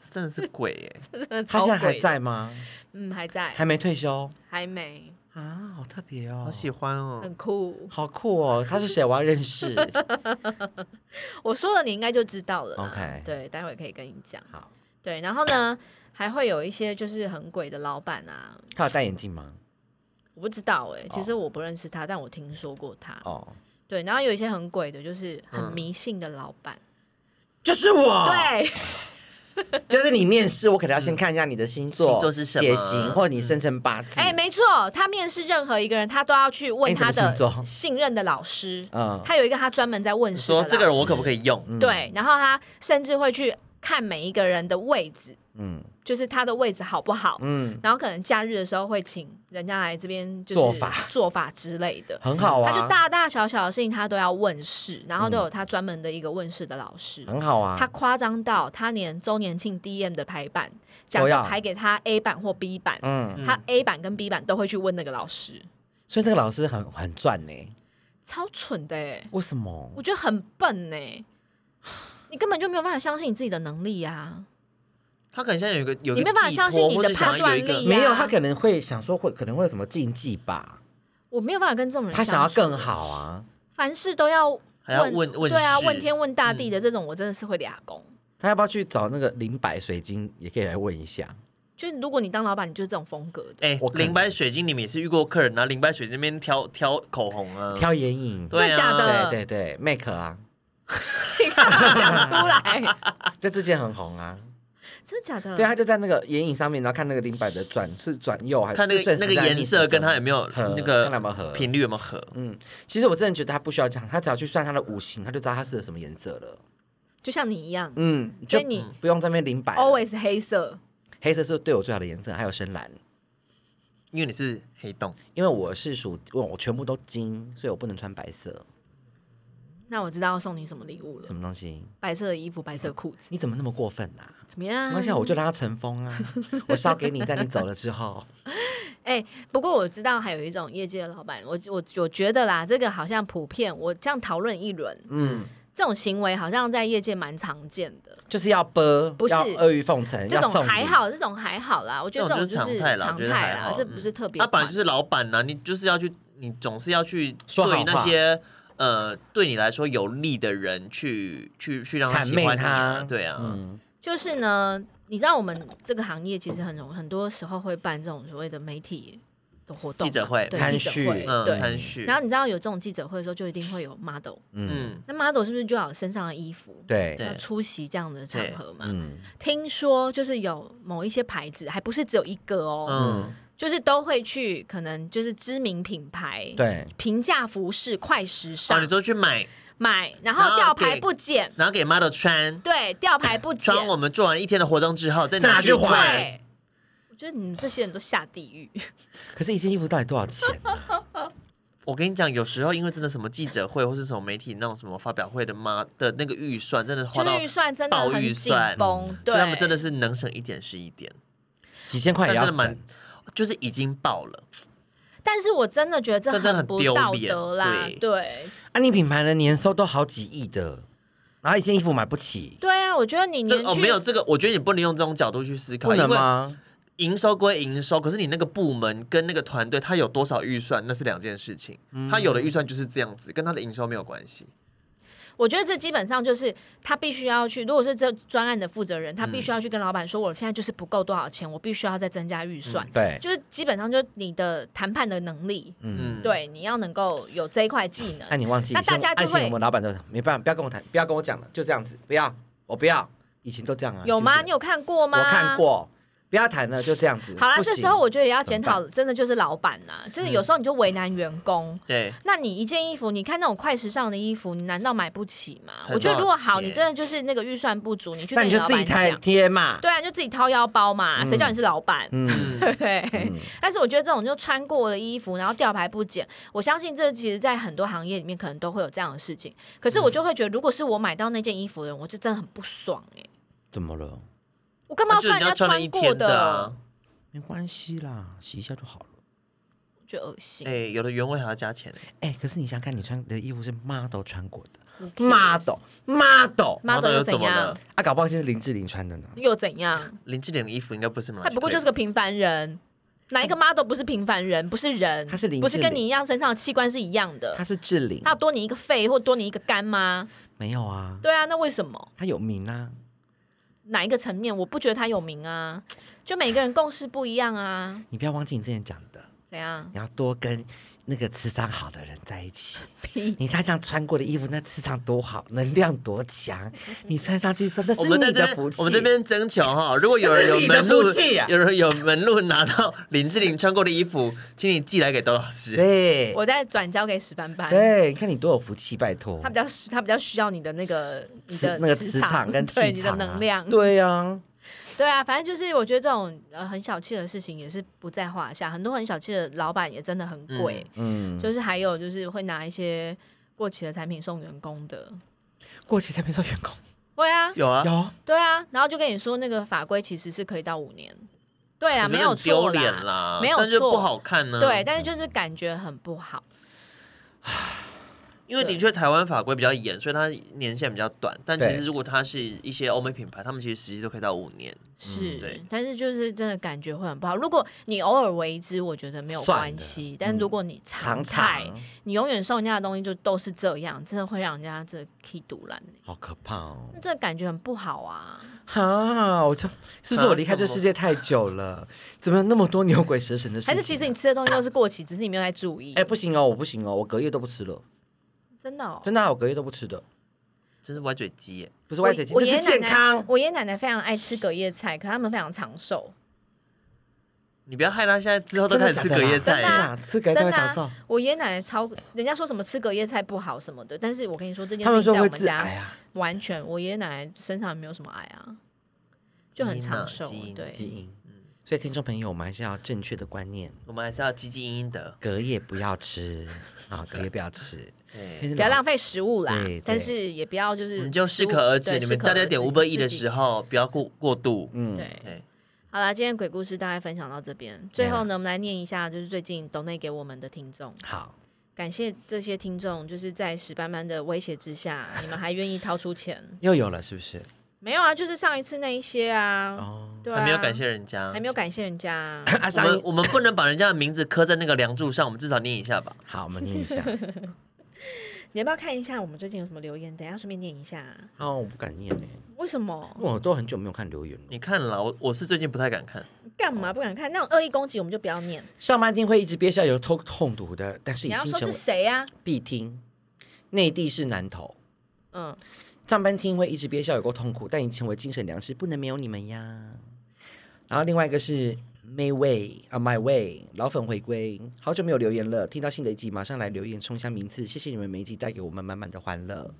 S4: 真的是鬼欸耶、
S2: 真的
S3: 他
S2: 超
S3: 现
S2: 鬼
S3: 在
S2: 的。
S3: 还在吗？
S2: 嗯，还在，
S3: 还没退休
S2: 还没，
S3: 啊，好特别哦，
S4: 好喜欢哦
S2: 很。酷。
S3: 好酷哦！他是谁？我要认 识。
S2: 我说了，你应该就知道了啦。
S3: OK
S2: 对，待会可以跟你讲。
S3: 好，
S2: 对，然后呢， 还会有一些就是很鬼的老板啊，
S3: 他有戴眼镜吗？
S2: 我不知道
S4: 哦
S2: 哎、其实我不认识他，但我听说过他。
S3: 哦，
S2: 对，然后有一
S4: 嗯
S2: 些很鬼的，就是很迷信的老板。
S4: 哦
S3: 就是我。
S2: 对，
S3: 就是你面试，我可能要先看一下你的星座、
S4: 星座是什么
S3: 血型或者你生辰八字。
S4: 嗯
S2: 哎、没错，他面试任何一个人，他都要去问
S3: 哎怎么
S2: 他的
S3: 星座
S2: 信任的老师。
S3: 嗯
S2: 他有一个他专门在问事的
S4: 哦说这个人我可
S2: 老
S4: 不可嗯以用？
S2: 师对，然后他甚至会去看每一个人的位置，
S3: 嗯
S2: 就是他的位置好不好。
S3: 嗯，
S2: 然后可能假日的时候会请人家来这边就是
S3: 做法
S2: 做法之类的，
S3: 很 好
S2: 他就
S3: 啊，嗯
S2: 大大小小的事情他都要问事，然后都有他专门的一个问事的老师。
S3: 很好啊。
S2: 他夸张到他连周年庆 DM 的排版，假
S3: 都
S2: 设
S3: 要
S2: 排给他 A 版或 B 版，
S3: 嗯，
S2: 他 A 版跟 B 版都会去问那个老师，
S3: 所以这个老师很很赚呢。
S2: 超蠢的哎！
S3: 为什么？
S2: 我觉得很笨哎，你根本就没有办法相信你自己的能力啊！
S4: 他可能现在有一个有一个
S2: 你没办法
S4: 寄
S2: 相信
S4: 托
S2: 你
S4: 或
S2: 的
S4: 者想
S2: 判
S4: 要有
S2: 断
S4: 一个
S2: 力
S3: 没有，
S2: 呀
S3: 他可能会想说会可能会有什么禁忌吧？
S2: 我没有办法跟这
S4: 嗯
S2: 种人
S3: 他
S2: 相处，
S3: 想要更好啊，
S2: 凡事都要
S4: 还要问问
S2: 对啊，
S4: 事嗯
S2: 问天问大地的这种，我真的是会俩工。
S3: 他要不要去找那个灵摆水晶也可以来问一下？
S2: 就是如果你当老板，你就是这种风格的，
S4: 哎
S3: 我，可能
S4: 灵摆水晶你们也是遇过客人拿灵摆水晶那边挑挑口红啊，
S3: 挑眼影，
S4: 对
S2: 真的假
S4: 啊，
S2: 的
S3: 对对对，make 啊，
S2: 你干嘛讲出 来？
S3: 这之前很红啊。
S2: 哎真的假的？
S3: 对，他啊就在那个眼影上面，然后看那个灵摆的转是转右还是
S4: 看那
S3: 是
S4: 个
S3: 顺
S4: 那
S3: 时
S4: 个
S3: 还是
S4: 颜
S3: 逆
S4: 色
S3: 时
S4: 跟
S3: 针
S4: 它有没有
S3: 合
S4: 那个
S3: 看它有没有合
S4: 频率有没有合，
S3: 嗯，其实我真的觉得他不需要讲，他只要去算他的五行，他就知道他适合什么颜色了。
S2: 就像你一样
S3: 嗯，
S2: 所
S3: 就
S2: 以你
S3: 不用这边灵摆了。
S2: ，always 黑色，
S3: 黑色是对我最好的颜色，还有深蓝，
S4: 因为你是黑洞，
S3: 因为我是属我我全部都金，所以我不能穿白色。
S2: 那我知道要送你什么礼物了
S3: 什。么东西？
S2: 白色的衣服，白色的裤子，
S3: 你怎么那么过分呐、啊？
S2: 怎么样？
S3: 没关系啊，我就让它成风 啊！我烧给你，在你走了之后，
S2: 哎、不过我知道还有一种业界的老板，我我我觉得啦，这个好像普遍，我这样讨论一轮，
S3: 嗯，
S2: 这种行为好像在业界蛮常见的。
S3: 就是要啵，
S2: 不是
S3: 要阿谀奉承，
S2: 这种
S3: 要送礼
S2: 还。好，这种还好啦，我觉得
S4: 种
S2: 这
S4: 就是
S2: 种就是
S4: 常态啦，我
S2: 常
S4: 觉得
S2: 态
S4: 还
S2: 啦
S4: 好，，嗯
S2: 这不是特别
S4: 他
S2: 款。
S4: 本来就是老板呐，你就是要去，你总是要去
S3: 说好
S4: 对那
S3: 话
S4: 些呃对你来说有利的人去去去让他
S3: 谄
S4: 喜
S3: 媚
S4: 欢你啊
S3: 他，
S4: 对啊，
S3: 嗯，
S2: 就是呢，你知道我们这个行业其实很容很多时候会办这种所谓的媒体的活动嘛，
S4: 记者会
S2: 对
S3: 参
S2: 记者
S3: 叙
S2: 会
S4: 嗯，
S2: 对。
S4: 参叙
S2: 然，后你知道有这种记者会的时候，就一定会有 model，
S4: 嗯，
S2: 那 model 是不是就要有身上的衣服？
S3: 对，
S4: 对
S2: 要出席这样的场合嘛，
S3: 嗯，
S2: 听说就是有某一些牌子，还不是只有一个哦，
S4: 嗯，
S2: 就是都会去，可能就是知名品牌，，
S3: 对，
S2: 平价服饰、快时
S4: 哦，
S2: 尚、
S4: 你就去买，
S2: 买，然
S4: 然
S2: 后
S4: 后
S2: 吊
S4: 给
S2: 牌不剪，
S4: 然后给 model 穿，
S2: 对，吊牌 不剪，
S4: 穿我们做完一天的活动之后再
S3: 再
S4: 拿
S3: 拿去
S4: 去
S3: 还
S4: 换。
S2: 对，我觉得你们这些人都下地 狱。
S3: 可是一件衣服到底多少钱啊、
S4: 我跟你讲，有时候因为真的什么记者会或是什么媒体那种什么发表会的妈的那个预算，真的
S2: 就
S4: 花到
S2: 是预算真的
S4: 爆
S2: 很
S4: 预
S2: 紧
S4: 算
S2: 绷，对，
S4: 所以他们真的是能省一点是一点，
S3: 几千块
S4: 但
S3: 也要
S4: 真的蛮
S3: 省。，
S4: 就是已经爆了。
S2: 但是我真的觉得这
S4: 这真的
S2: 很
S4: 很
S2: 不
S4: 丢
S2: 道
S4: 脸
S2: 德啦，
S4: 对
S2: 对，
S3: 安妮啊品牌的年收都好几亿的，然后一件衣服买不起，
S2: 对啊，我觉得你
S4: 这
S2: 连
S4: 哦
S2: 去
S4: 没有这个，我觉得你不能用这种角度去思考，
S3: 不
S4: 因
S3: 能
S4: 为
S3: 吗？
S4: 营收归营收，可是你那个部门跟那个团队，他有多少预算，那是两件事情。他有的预算就是这样子，跟他的营收没有关系。
S2: 我觉得这基本上就是他必须要去，如果是这专案的负责
S4: 嗯
S2: 人，他必须要去跟老板说，我现在就是不够多少钱，我必须要再增加预算。
S3: 对，
S2: 就是基本上就是你的谈判的能力，
S4: 嗯，，
S2: 对，你要能够有这一块技能
S3: 那、。你忘记，
S2: 那大家就
S3: 以前
S2: 会
S3: 我们老板都没办法，不要跟我谈，不要跟我讲了，就这样子，不要，我不要，以前都这样啊。
S2: 有吗？
S3: 记
S2: 你
S3: 不
S2: 有看过
S3: 记
S2: 吗？
S3: 得我看。过，不要谈了，就这样子。
S2: 好啦，
S3: 不
S2: 这
S3: 行
S2: 时候我觉得也要检
S3: 怎
S2: 讨
S3: 么，
S2: 真的就是老板啦，就是有时候你就为难员工。
S4: 对，
S2: 那你一件衣服，你看那种快时尚的衣服，你难道买不起吗？
S4: 才
S2: 我觉得如果
S4: 多少
S2: 好，
S4: 钱
S2: 你真的就是那个预算不足，你去
S3: 那
S2: 跟
S3: 你就
S2: 老
S3: 自己
S2: 板
S3: 太
S2: 讲，
S3: 贴嘛。
S2: 对啊，你就自己掏腰包嘛，谁叫你是老板？
S3: 嗯，
S2: 对不对， 但是我觉得这种就穿过的衣服，然后吊牌不剪，我相信这其实在很多行业里面可能都会有这样的事情。可是我就会觉得，如果是我买到那件衣服的人，我就真的很不爽哎、
S3: 怎么了？
S2: 我干嘛要
S4: 啊就是
S2: 穿
S4: 你
S2: 人
S4: 要
S2: 家
S4: 穿了一
S2: 穿
S4: 天
S2: 过
S4: 的啊，
S3: 没关系啦，洗一下就好了。
S2: 就恶心。
S4: 哎，有的原味还要加钱，欸
S3: 哎、可是你想想看，你穿的衣服是 model 穿过的
S2: Who cares
S3: ，model model，
S4: 然后
S2: model 又
S4: 又怎
S2: 怎
S4: 么
S2: 样
S4: 了？？
S3: 啊，搞不好现在是林志玲穿的呢。
S2: 又怎样？
S4: 林志玲的衣服应该不
S3: 哦
S4: 是
S2: 他不过就是个平凡人，哪一个 model 不是平凡人？不是人，
S3: 嗯他是林
S2: 不是
S3: 志
S2: 跟
S3: 玲
S2: 你一样身上的器官是一样的
S3: 她？是志玲
S2: 他，要多你一个肺或多你一个肝吗？
S3: 没有啊，
S2: 对啊，那为什么？
S3: 她有名啊。
S2: 哪一个层面？我不觉得他有名啊，就每个人共识不一样啊，
S3: 你不要忘记你之前讲的，
S2: 怎样？
S3: 你要多跟那个磁场好的人在一起。
S2: 屁
S3: 你看这样穿过的衣服，那磁场多好，能量 多强。你穿上去之后，那
S4: 我
S3: 是
S4: 们在
S3: 你
S4: 这
S3: 的
S4: 边
S3: 福气。
S4: 我们这边征求哈，如果有人有
S3: 这是你的
S4: 门路
S3: 福气呀，
S4: 有人有门路拿到林志玲穿过的衣服，请你寄来给窦老师。
S3: 对
S2: 我再转交给史班班，
S3: 对，你看你多有福气，拜托
S2: 他。比较需他比较需要你的那个你
S3: 磁
S2: 的
S3: 那个
S2: 磁
S3: 磁场跟气
S2: 对你的
S3: 场、啊，
S2: 能量，
S3: 对啊，
S2: 对啊，反正就是我觉得这种呃很小气的事情也是不在话下，很多很小气的老板也真的很贵，
S3: 嗯，
S2: 就是还有就是会拿一些过期的产品送员工的，
S3: 过去才没做员工，
S2: 会啊，
S4: 有啊，
S3: 有
S2: 对啊，然后就跟你说那个法规其实是可以到五年，对啊，
S4: 我觉
S2: 没
S4: 得
S2: 有
S4: 很丢
S2: 错
S4: 脸
S2: 啦，
S4: 啦，
S2: 没有
S4: 但是
S2: 错
S4: 不好看呢。嗯
S2: 对，，但是就是感觉很不好，
S4: 因为的
S2: 对
S4: 确台湾法规比较严，所以它年限比较短。但其
S3: 对
S4: 实如果它是一些欧美品牌，他们其实实际都可以到五年。
S2: 是，
S4: 对
S2: 但是就是真的感觉会很不好。如果你偶尔为之，我觉得没有
S3: 算
S2: 关
S3: 了
S2: 系，但
S4: 嗯
S2: 如果你常
S3: 常
S2: 菜，
S3: 常
S2: 你永远送人家的东西就都是这样，真的会让人家这 k 堵烂欸，
S3: 好可怕哦。
S2: 那这感觉很不好啊。
S3: 哈，我就是不是
S4: 啊
S3: 我离开这
S4: 什么
S3: 世界太久了？怎么有那么多牛鬼蛇神的事情
S2: 还
S3: 啊？
S2: 是其实你吃的东西都是过期，只是你没有在注意。
S3: 哎、不行哦，我不行哦，我隔夜都不吃了，
S2: 真的、哦，
S3: 真的啊、我隔夜都不吃的，
S4: 真是歪嘴鸡耶！
S3: 不是
S2: 我
S3: 外姐姐，
S2: 我
S3: 那
S2: 爷爷
S3: 是
S2: 奶
S3: 健
S2: 奶
S3: 康，。
S2: 我爷爷奶奶非常爱吃隔夜菜，可他们非常长寿。
S4: 你不要害他，现在之后都
S3: 真的
S4: 开始吃
S3: 假
S4: 隔
S3: 的
S4: 夜
S3: 啦
S4: 菜
S2: 真的啊
S4: 耶。
S3: 啊，吃隔夜
S2: 真的
S3: 菜会
S2: 啊
S3: 长寿，
S2: 我爷爷奶奶超，人家说什么吃隔夜菜不好什么的，但是我跟你说这件
S3: 他们
S2: 事情
S3: 说
S2: 在我
S3: 会
S2: 们
S3: 致癌
S2: 家
S3: 啊，
S2: 完全，我爷爷奶奶身上也没有什么癌啊，就很
S4: 基因啊
S2: 长寿
S4: 基。因
S2: 对，
S3: 基因。所以听众朋友，我们还是要正确的观念，
S4: 我们还是要积极应得。
S3: 隔夜不要吃啊，隔夜不 要吃，
S4: 对，
S3: 不
S2: 不要浪费食物啦
S3: 对对，
S2: 但是也不要就是
S4: 你就适可而止。你们大家点 Uber E 的时
S2: 候，
S4: 候，不要过过度。
S3: 嗯，啊
S2: 对。
S4: 对，
S2: 好啦，今天鬼故事大概分享到这边。最后呢，我们来念一下，就是最近抖内给我们的听众，
S3: 好，
S2: 感谢这些听众，就是在史斑斑的威胁之下，你们还愿意掏出钱。
S3: 又有了是不是？
S2: 没有啊，就是上一次那一些啊，
S3: 哦，
S2: 对啊，
S4: 还没有感谢，人家，
S2: 还没有感谢人家啊、
S3: 啊，
S4: 我
S3: 上
S4: 们
S3: 一
S4: 我们不能把人家的名字刻在那个梁柱上，我们至少念一下吧。
S3: 好，我们念一 下。
S2: 你要不要看一下我们最近有什么留言？等一下顺便念一下。
S3: 哦，我不敢念欸
S2: 为什么？
S3: 因为我都很久没有看留言了。
S4: 你看了，我我是最近不太敢看。
S2: 干嘛不敢看？那种恶意攻击我们就不要念。
S3: 上半天会一直憋下有偷痛毒的，但是已
S2: 你要
S3: 经
S2: 说
S3: 成
S2: 是
S3: 为
S2: 谁啊？
S3: 必听。内地是南投，
S2: 嗯，
S3: 上班听会一直憋笑，有够痛苦，但已成为精神粮食，不能没有你们呀。然后另外一个是 My Way 啊，My Way 老粉回归，好久没有留言了，听到新的一集马上来留言冲向名次，谢谢你们每一集带给我们满满的欢乐。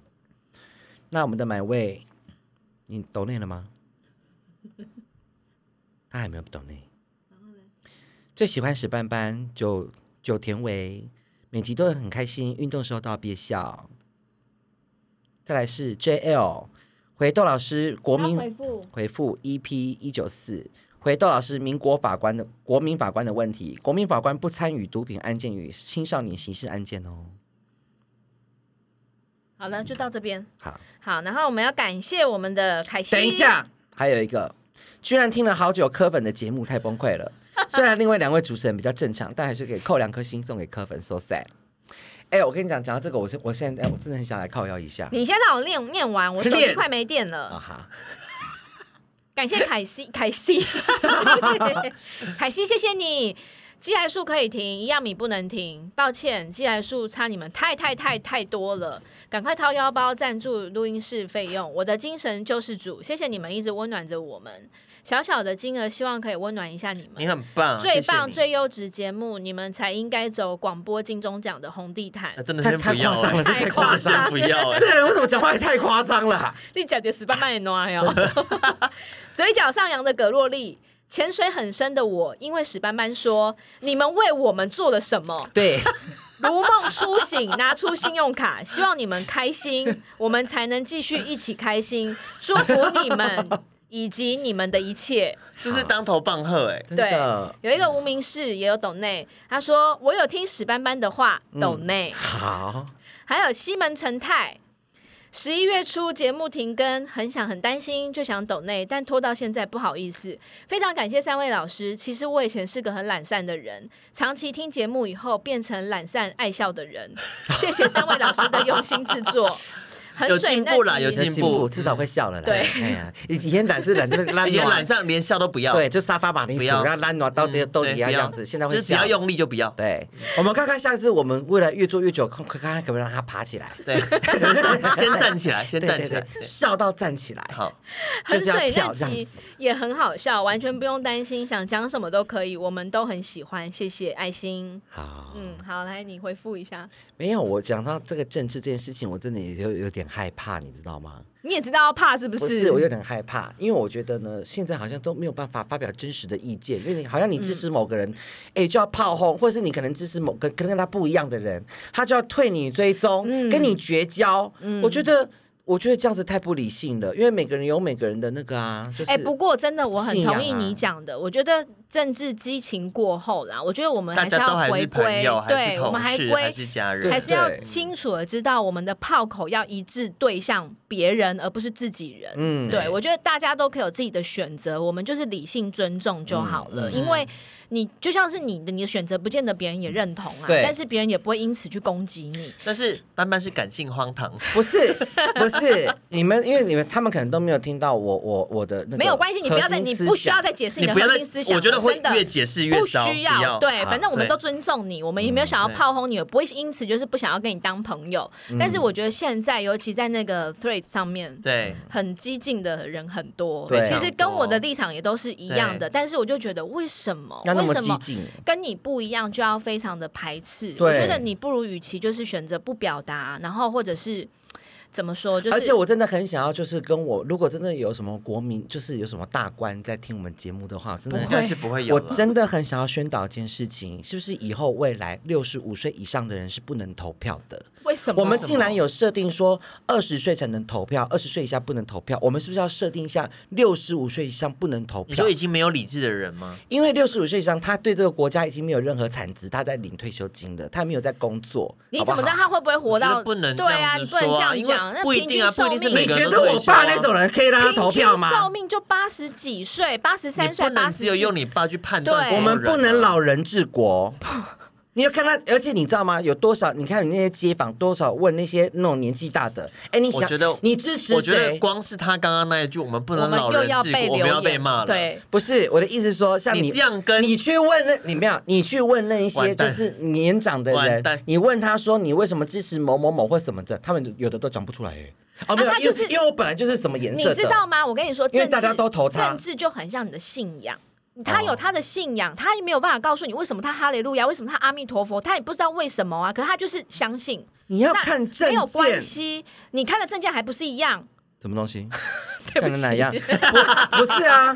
S3: 那我们的 My Way，你抖内了吗？他还没有抖内。最喜欢史斑斑，九九田唯，每集都很开心，运动时候都要憋笑。再来是 JL 回窦老师国民
S2: 复
S3: 回复 EP 一九四，回窦老师民国法官的国民法官的问题，国民法官不参与毒品案件与青少年刑事案件哦。
S2: 好了，就到这边。
S3: 好，
S2: 好，然后我们要感谢我们的凯西。
S3: 等一下，还有一个，居然听了好久柯粉的节目，太崩溃了。虽然另外两位主持人比较正常，但还是给扣两颗星送给柯粉，so sad。哎、我跟你讲，讲到这个，我是我现在我真的很想来靠腰一下。
S2: 你先让我念念完，我手机
S3: 念
S2: 快没电
S3: 啊
S2: 了。
S3: 哈，
S2: 感谢凯 西，凯西， 凯西，谢谢你。寄来数可以停，一样米不能停。抱歉，寄来数差你们太太太太多了，赶快掏腰包赞助录音室费用。我的精神救世主，谢谢你们一直温暖着我们。小小的金额，希望可以温暖一下你
S4: 你
S2: 们。
S4: 很棒，啊
S2: 最
S4: 嗯谢谢
S2: 棒、
S4: 你
S2: 最优质节目，你们才应该走广播金钟奖的红地毯
S4: 那。哎真的
S3: 太
S4: 先不
S3: 太
S4: 要
S3: 夸张
S4: 欸，
S3: 了，这
S2: 太
S3: 太
S2: 夸
S3: 夸
S2: 张
S3: 张。
S4: 先不要 欸
S3: 这个人为什么讲话也太夸张了啊？
S2: 你讲的十八万的暖哟。嘴角上扬的葛洛丽，潜水很深的我，因为史斑斑说你们为我们做了什么，
S3: 对，
S2: 如梦初醒，拿出信用卡，希望你们开心，我们才能继续一起开心，祝福你们。以及你们的一切，
S4: 就是当头棒喝哎，
S3: 真
S2: 对
S3: 的，
S2: 有一个无名氏，也有斗内，他说我有听史斑斑的话，斗内、
S3: 好。
S2: 还有西门成泰。十一月初节目停更，很想很担心，就想抖内，但拖到现在不好意思。非常感谢三位老师。其实我以前是个很懒散的人，长期听节 目以后变成懒散爱笑的人。谢谢三位老师的用心制作。很
S4: 有
S2: 水
S4: 进
S2: 那
S4: 步啦
S2: 集
S4: 有
S3: 有进
S4: 进
S3: 步，
S4: 步
S3: 至少会笑了啦。
S2: 对
S3: 哎呀，以以前懒是懒， 就是懒
S4: 以前
S3: 惰啊
S4: 懒上连笑都不要，
S3: 对，就沙发把铃
S4: 不
S3: 薯，
S4: 要
S3: 然后懒暖到底
S4: 嗯
S3: 到
S4: 对
S3: 底要
S4: 不
S3: 这
S4: 要
S3: 样子，现在
S4: 就
S3: 会
S4: 是只
S3: 笑
S4: 要。用力就不 要。
S3: 对，我们看看下次我们未来越做越久，看看看可不可以让它爬起来。
S4: 对，先站起来，先
S3: 对
S4: 站
S3: 对
S4: 起来
S3: 对。，笑到站起来。
S4: 好，
S3: 就
S2: 很
S3: 是要
S2: 水
S3: 跳
S2: 那
S3: 这样
S2: 集
S3: 子
S2: 也很好笑，完全不用担心，想讲什么都可以，我们都很喜欢，谢谢爱心。
S3: 好，
S2: 嗯，好，来你回复一下，
S3: 没有，我讲到这个政治这件事情，我真的也就有点害怕，你知道吗？
S2: 你也知道怕是不
S3: 不
S2: 是？
S3: 是，我有点害怕，因为我觉得呢，现在好像都没有办法发表真实的意见，因为你好像你
S2: 嗯
S3: 支持某个人，哎、就要炮轰，或是你可能支持某个跟跟他不一样的人，他就要退你追踪，
S2: 嗯
S3: 跟你绝交。我觉得，我觉得这样子太不理性了，因为每个人有每个人的那个啊，就是、
S2: 哎、不过真的，我很
S3: 信仰
S2: 同意
S3: 啊
S2: 你讲的。我觉得政治激情过后啦，我觉得我们
S4: 大
S2: 还是
S4: 家都
S2: 要
S4: 还
S2: 回
S4: 是朋
S2: 归
S4: 友，，还
S2: 对，
S4: 是
S2: 我们
S4: 同
S2: 还
S4: 事，还
S2: 归
S4: 是家
S3: 对
S4: 人
S2: 还。是要
S3: 对
S2: 清楚的知道我们的炮口要一致对向别人，而不是自己人。
S3: 嗯
S2: 对，我觉得大家都可以有自己的选择，我们就是理性尊重就好
S4: 嗯
S2: 了。因为你就像是你的你的选择，不见得别人也认同啊，
S3: 对
S2: 但是别人也不会因此去攻击你。
S4: 但是斑斑是感性荒唐，
S3: 不是不是，你们因为你们他们可能都没有听到我我我的那个
S2: 没有关系，你不要再，
S3: 核
S2: 你
S3: 心思
S2: 不需要
S3: 想
S2: 再解释
S4: 你
S2: 的
S4: 不要
S2: 核
S4: 再
S2: 心思，想了，
S4: 我觉得会
S2: 真的
S4: 越解释越
S2: 不
S4: 糟。
S2: 需要，对，
S3: 好
S2: 反正我们
S4: 对嗯
S2: 都尊重你，我们也没有想要
S4: 对嗯
S2: 炮轰你，也不会因此就是不想要跟你当朋友。但是我觉得现在，尤其在那个 thread 上面，
S4: 对，
S2: 很激进的人很多
S3: 对，
S2: 其实
S4: 很
S2: 跟我的
S4: 多
S2: 立场也都是一样的。但是我就觉得，为什么？
S3: 要那
S2: 为
S3: 么
S2: 什
S3: 激
S2: 么？
S3: 进。
S2: 跟你不一样，就要非常的排斥。
S3: 对
S2: 我觉得你不如，与其就是选择不表达，然后或者是怎么说，就是
S3: 而且我真的很想要，就是跟我如果真的有什么国民，就是有什么大官在听我们节目的话，真的
S4: 应
S3: 很
S4: 该是不会有
S3: 我
S4: 了。
S3: 真的很想要宣导一件事情，是不是以后未来六十五岁以上的人是不能投票的？
S2: 为什么
S3: 我们竟然有设定说二十岁才能投票，二十岁以下不能投票。我们是不是要设定一下六十五岁以上不能投
S4: 你
S3: 票
S4: 说？已经没有理智的人吗？
S3: 因为六十五岁以上，他对这个国家已经没有任何产值，他在领退休金的，他没有在工作。
S2: 你
S3: 好不
S2: 怎么知道
S3: 好
S2: 他会不会活
S4: 我觉得
S2: 到？
S4: 不能
S2: 对
S4: 这
S2: 啊，
S4: 样
S2: 你
S4: 子
S2: 不能
S4: 说
S2: 这
S4: 啊
S2: 样
S4: 因为
S2: 讲。那
S4: 不一
S2: 平
S4: 定
S2: 均
S4: 啊
S2: 寿
S4: 不一定
S2: 命
S4: 是每
S3: 你
S4: 个人
S3: 觉
S4: 都啊
S3: 得我爸那种人可以让他
S2: 平
S3: 投
S2: 均
S3: 票
S2: 寿
S3: 吗？
S2: 命就八十几岁，八十三
S4: 你
S2: 岁，
S4: 不
S2: 八
S4: 能
S2: 十
S4: 只有用你爸去判断
S2: 对
S4: 所
S3: 我
S4: 有人啊，
S3: 们不能老人治 国。你要看他，而且你知道吗？有多少？你看你那些街坊，多少问那些那种年纪大的，哎，你
S4: 我
S3: 想
S4: 觉得，
S3: 你支持
S4: 我觉得
S3: 谁？
S4: 光是他刚刚那一句，我们不
S2: 我
S4: 能
S2: 们
S4: 老
S2: 又
S4: 人
S2: 要
S4: 治
S2: 被
S4: 国，我
S2: 留
S4: 们要
S2: 言
S4: 被骂了。，
S2: 对，
S3: 不是我的意思是说，像
S4: 你
S3: 你
S4: 这样跟
S3: 你去问那，你没有，你去问那一些
S4: 完
S3: 就
S4: 蛋
S3: 是年长的
S4: 完
S3: 人
S4: 蛋，
S3: 你问他说你为什么支持某某某或什么的，他们有的都讲不出来哎。哦，没有，
S2: 啊他
S3: 因
S2: 就
S3: 为
S2: 是
S3: 因为我本来就是什么颜
S2: 你
S3: 色的，
S2: 知道吗？我跟你说，
S3: 因为
S2: 政治
S3: 大家都投他
S2: 政治就很像你的信仰。他
S3: 哦
S2: 有他的信仰，他也没有办法告诉你为什么他哈利路亚，为什么他阿弥陀佛，他也不知道为什么啊。可是他就是相信，
S3: 你要
S2: 那
S3: 看证
S2: 没有关
S3: 件，
S2: 系。你看的证件还不是一样？
S3: 什么东 西？
S2: 对
S3: 看
S2: 不
S3: 得
S2: 起，
S3: 哪样？不，不是啊，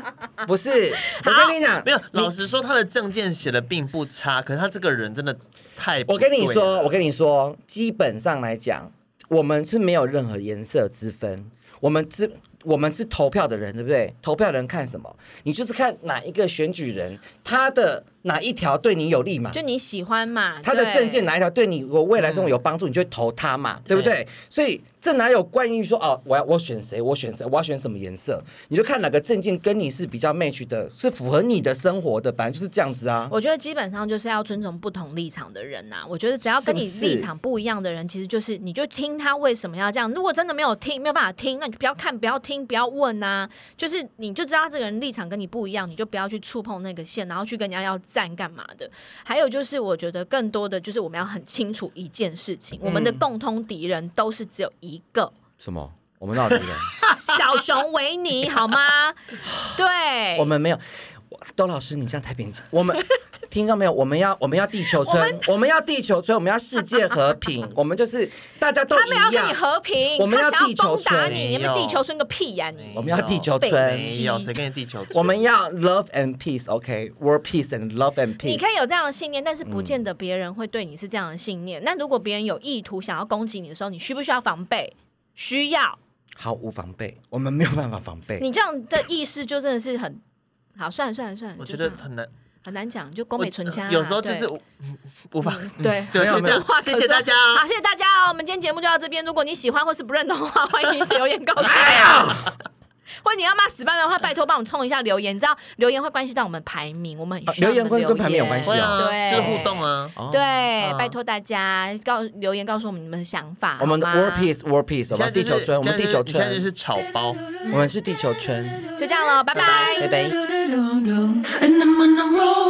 S3: 不 是。我跟你讲，
S4: 没有。老实说，他的证件写的并不差，可是他这个人真的太……
S3: 我跟你说，我，跟你说，基本上来讲，我们是没有任何颜色之分，我们只我们是投票的人，对不对？投票的人看什么？你就是看哪一个选举人，他的哪一条对你有利嘛？
S2: 就你喜欢嘛？
S3: 他的
S2: 对
S3: 证件哪一条对你我未来生活有帮助，你就会投他嘛，对不对？所以这哪有关于说哦，我要我选谁，我选谁，我要选什么颜色？你就看哪个证件跟你是比较 match 的，是符合你的生活的，本来就是这样子啊。
S2: 我觉得基本上就是要尊重不同立场的人呐、我觉得只要跟你
S3: 是不是
S2: 立场不一样的人，其实就是你就听他为什么要这样。如果真的没有听，没有办法听，那你就不要看，不要听，不要问呐、就是你就知道这个人立场跟你不一样，你就不要去触碰那个线，然后去跟人家要站干嘛的。还有就是，我觉得更多的就是我们要很清楚一件事情，我们
S3: 嗯
S2: 的共通敌人都是只有一个。
S3: 什么？我们闹敌人？
S2: 小熊维尼，好吗？对，
S3: 我们没有。我窦老师，你这样太偏激。我们 听到没有？我们要我们要地球村，我们要地球村，我们要世界和平，我们就是大家都
S2: 他
S3: 一
S2: 们要跟
S3: 样
S2: 你，和平，
S3: 我们
S2: 他
S3: 要
S2: 想
S3: 地球
S2: 攻打
S3: 村
S2: 你，你们
S4: 没有
S2: 地球村个屁呀、你！
S3: 我们要地球
S2: 北
S3: 村，
S4: 没有谁跟你地球村，
S3: 我们要 love and peace，OK，world、peace and love and peace。嗯
S2: 你可以有这样的信念，但是不见得别人会对你是这样的信念。那如果别人有意图想要攻击你的时候，你需不需要防备？需要。
S3: 毫无防备，我们没有办法防备。
S2: 你这样的意识就真的是很好。算了算了算了，
S4: 我
S2: 就
S4: 觉
S2: 这
S4: 得
S2: 样
S4: 很难。
S2: 很难讲，就宫美纯腔啊、
S4: 有时候 就是
S2: 对
S4: 嗯无法
S2: 对
S4: 就
S3: 没有
S4: 就
S3: 没
S4: 这
S3: 有
S4: 样
S2: 无话。可
S4: 谢谢
S2: 说
S4: 大家哦
S2: 好，谢谢大家 哦。我们今天节目就到这边。如果你喜欢或是不认同的话，欢迎留言告诉我，
S3: 哎呀，
S2: 或你要骂死伴郎的话，拜托帮我们冲一下留言，你知道留言会关系到我们排名，我们很需要
S3: 啊留言跟
S2: 你们
S3: 跟排名有关系
S4: 会
S3: 啊
S2: 对，
S4: 就是互动啊。
S3: 哦
S2: 对，拜托大家告留言告诉我们你们的想法。
S3: 我们的
S2: 好
S3: War
S2: 吗
S3: Peace War Peace，我
S4: 现在
S3: 们地
S4: 就
S3: 球
S4: 是
S3: 村，我们
S4: 现
S3: 地
S4: 在
S3: 球
S4: 就是现在
S3: 村，
S4: 就是草包。
S3: 我们是地球村。
S2: 就这样了，拜拜
S3: 拜拜。
S1: And I'm on a roll.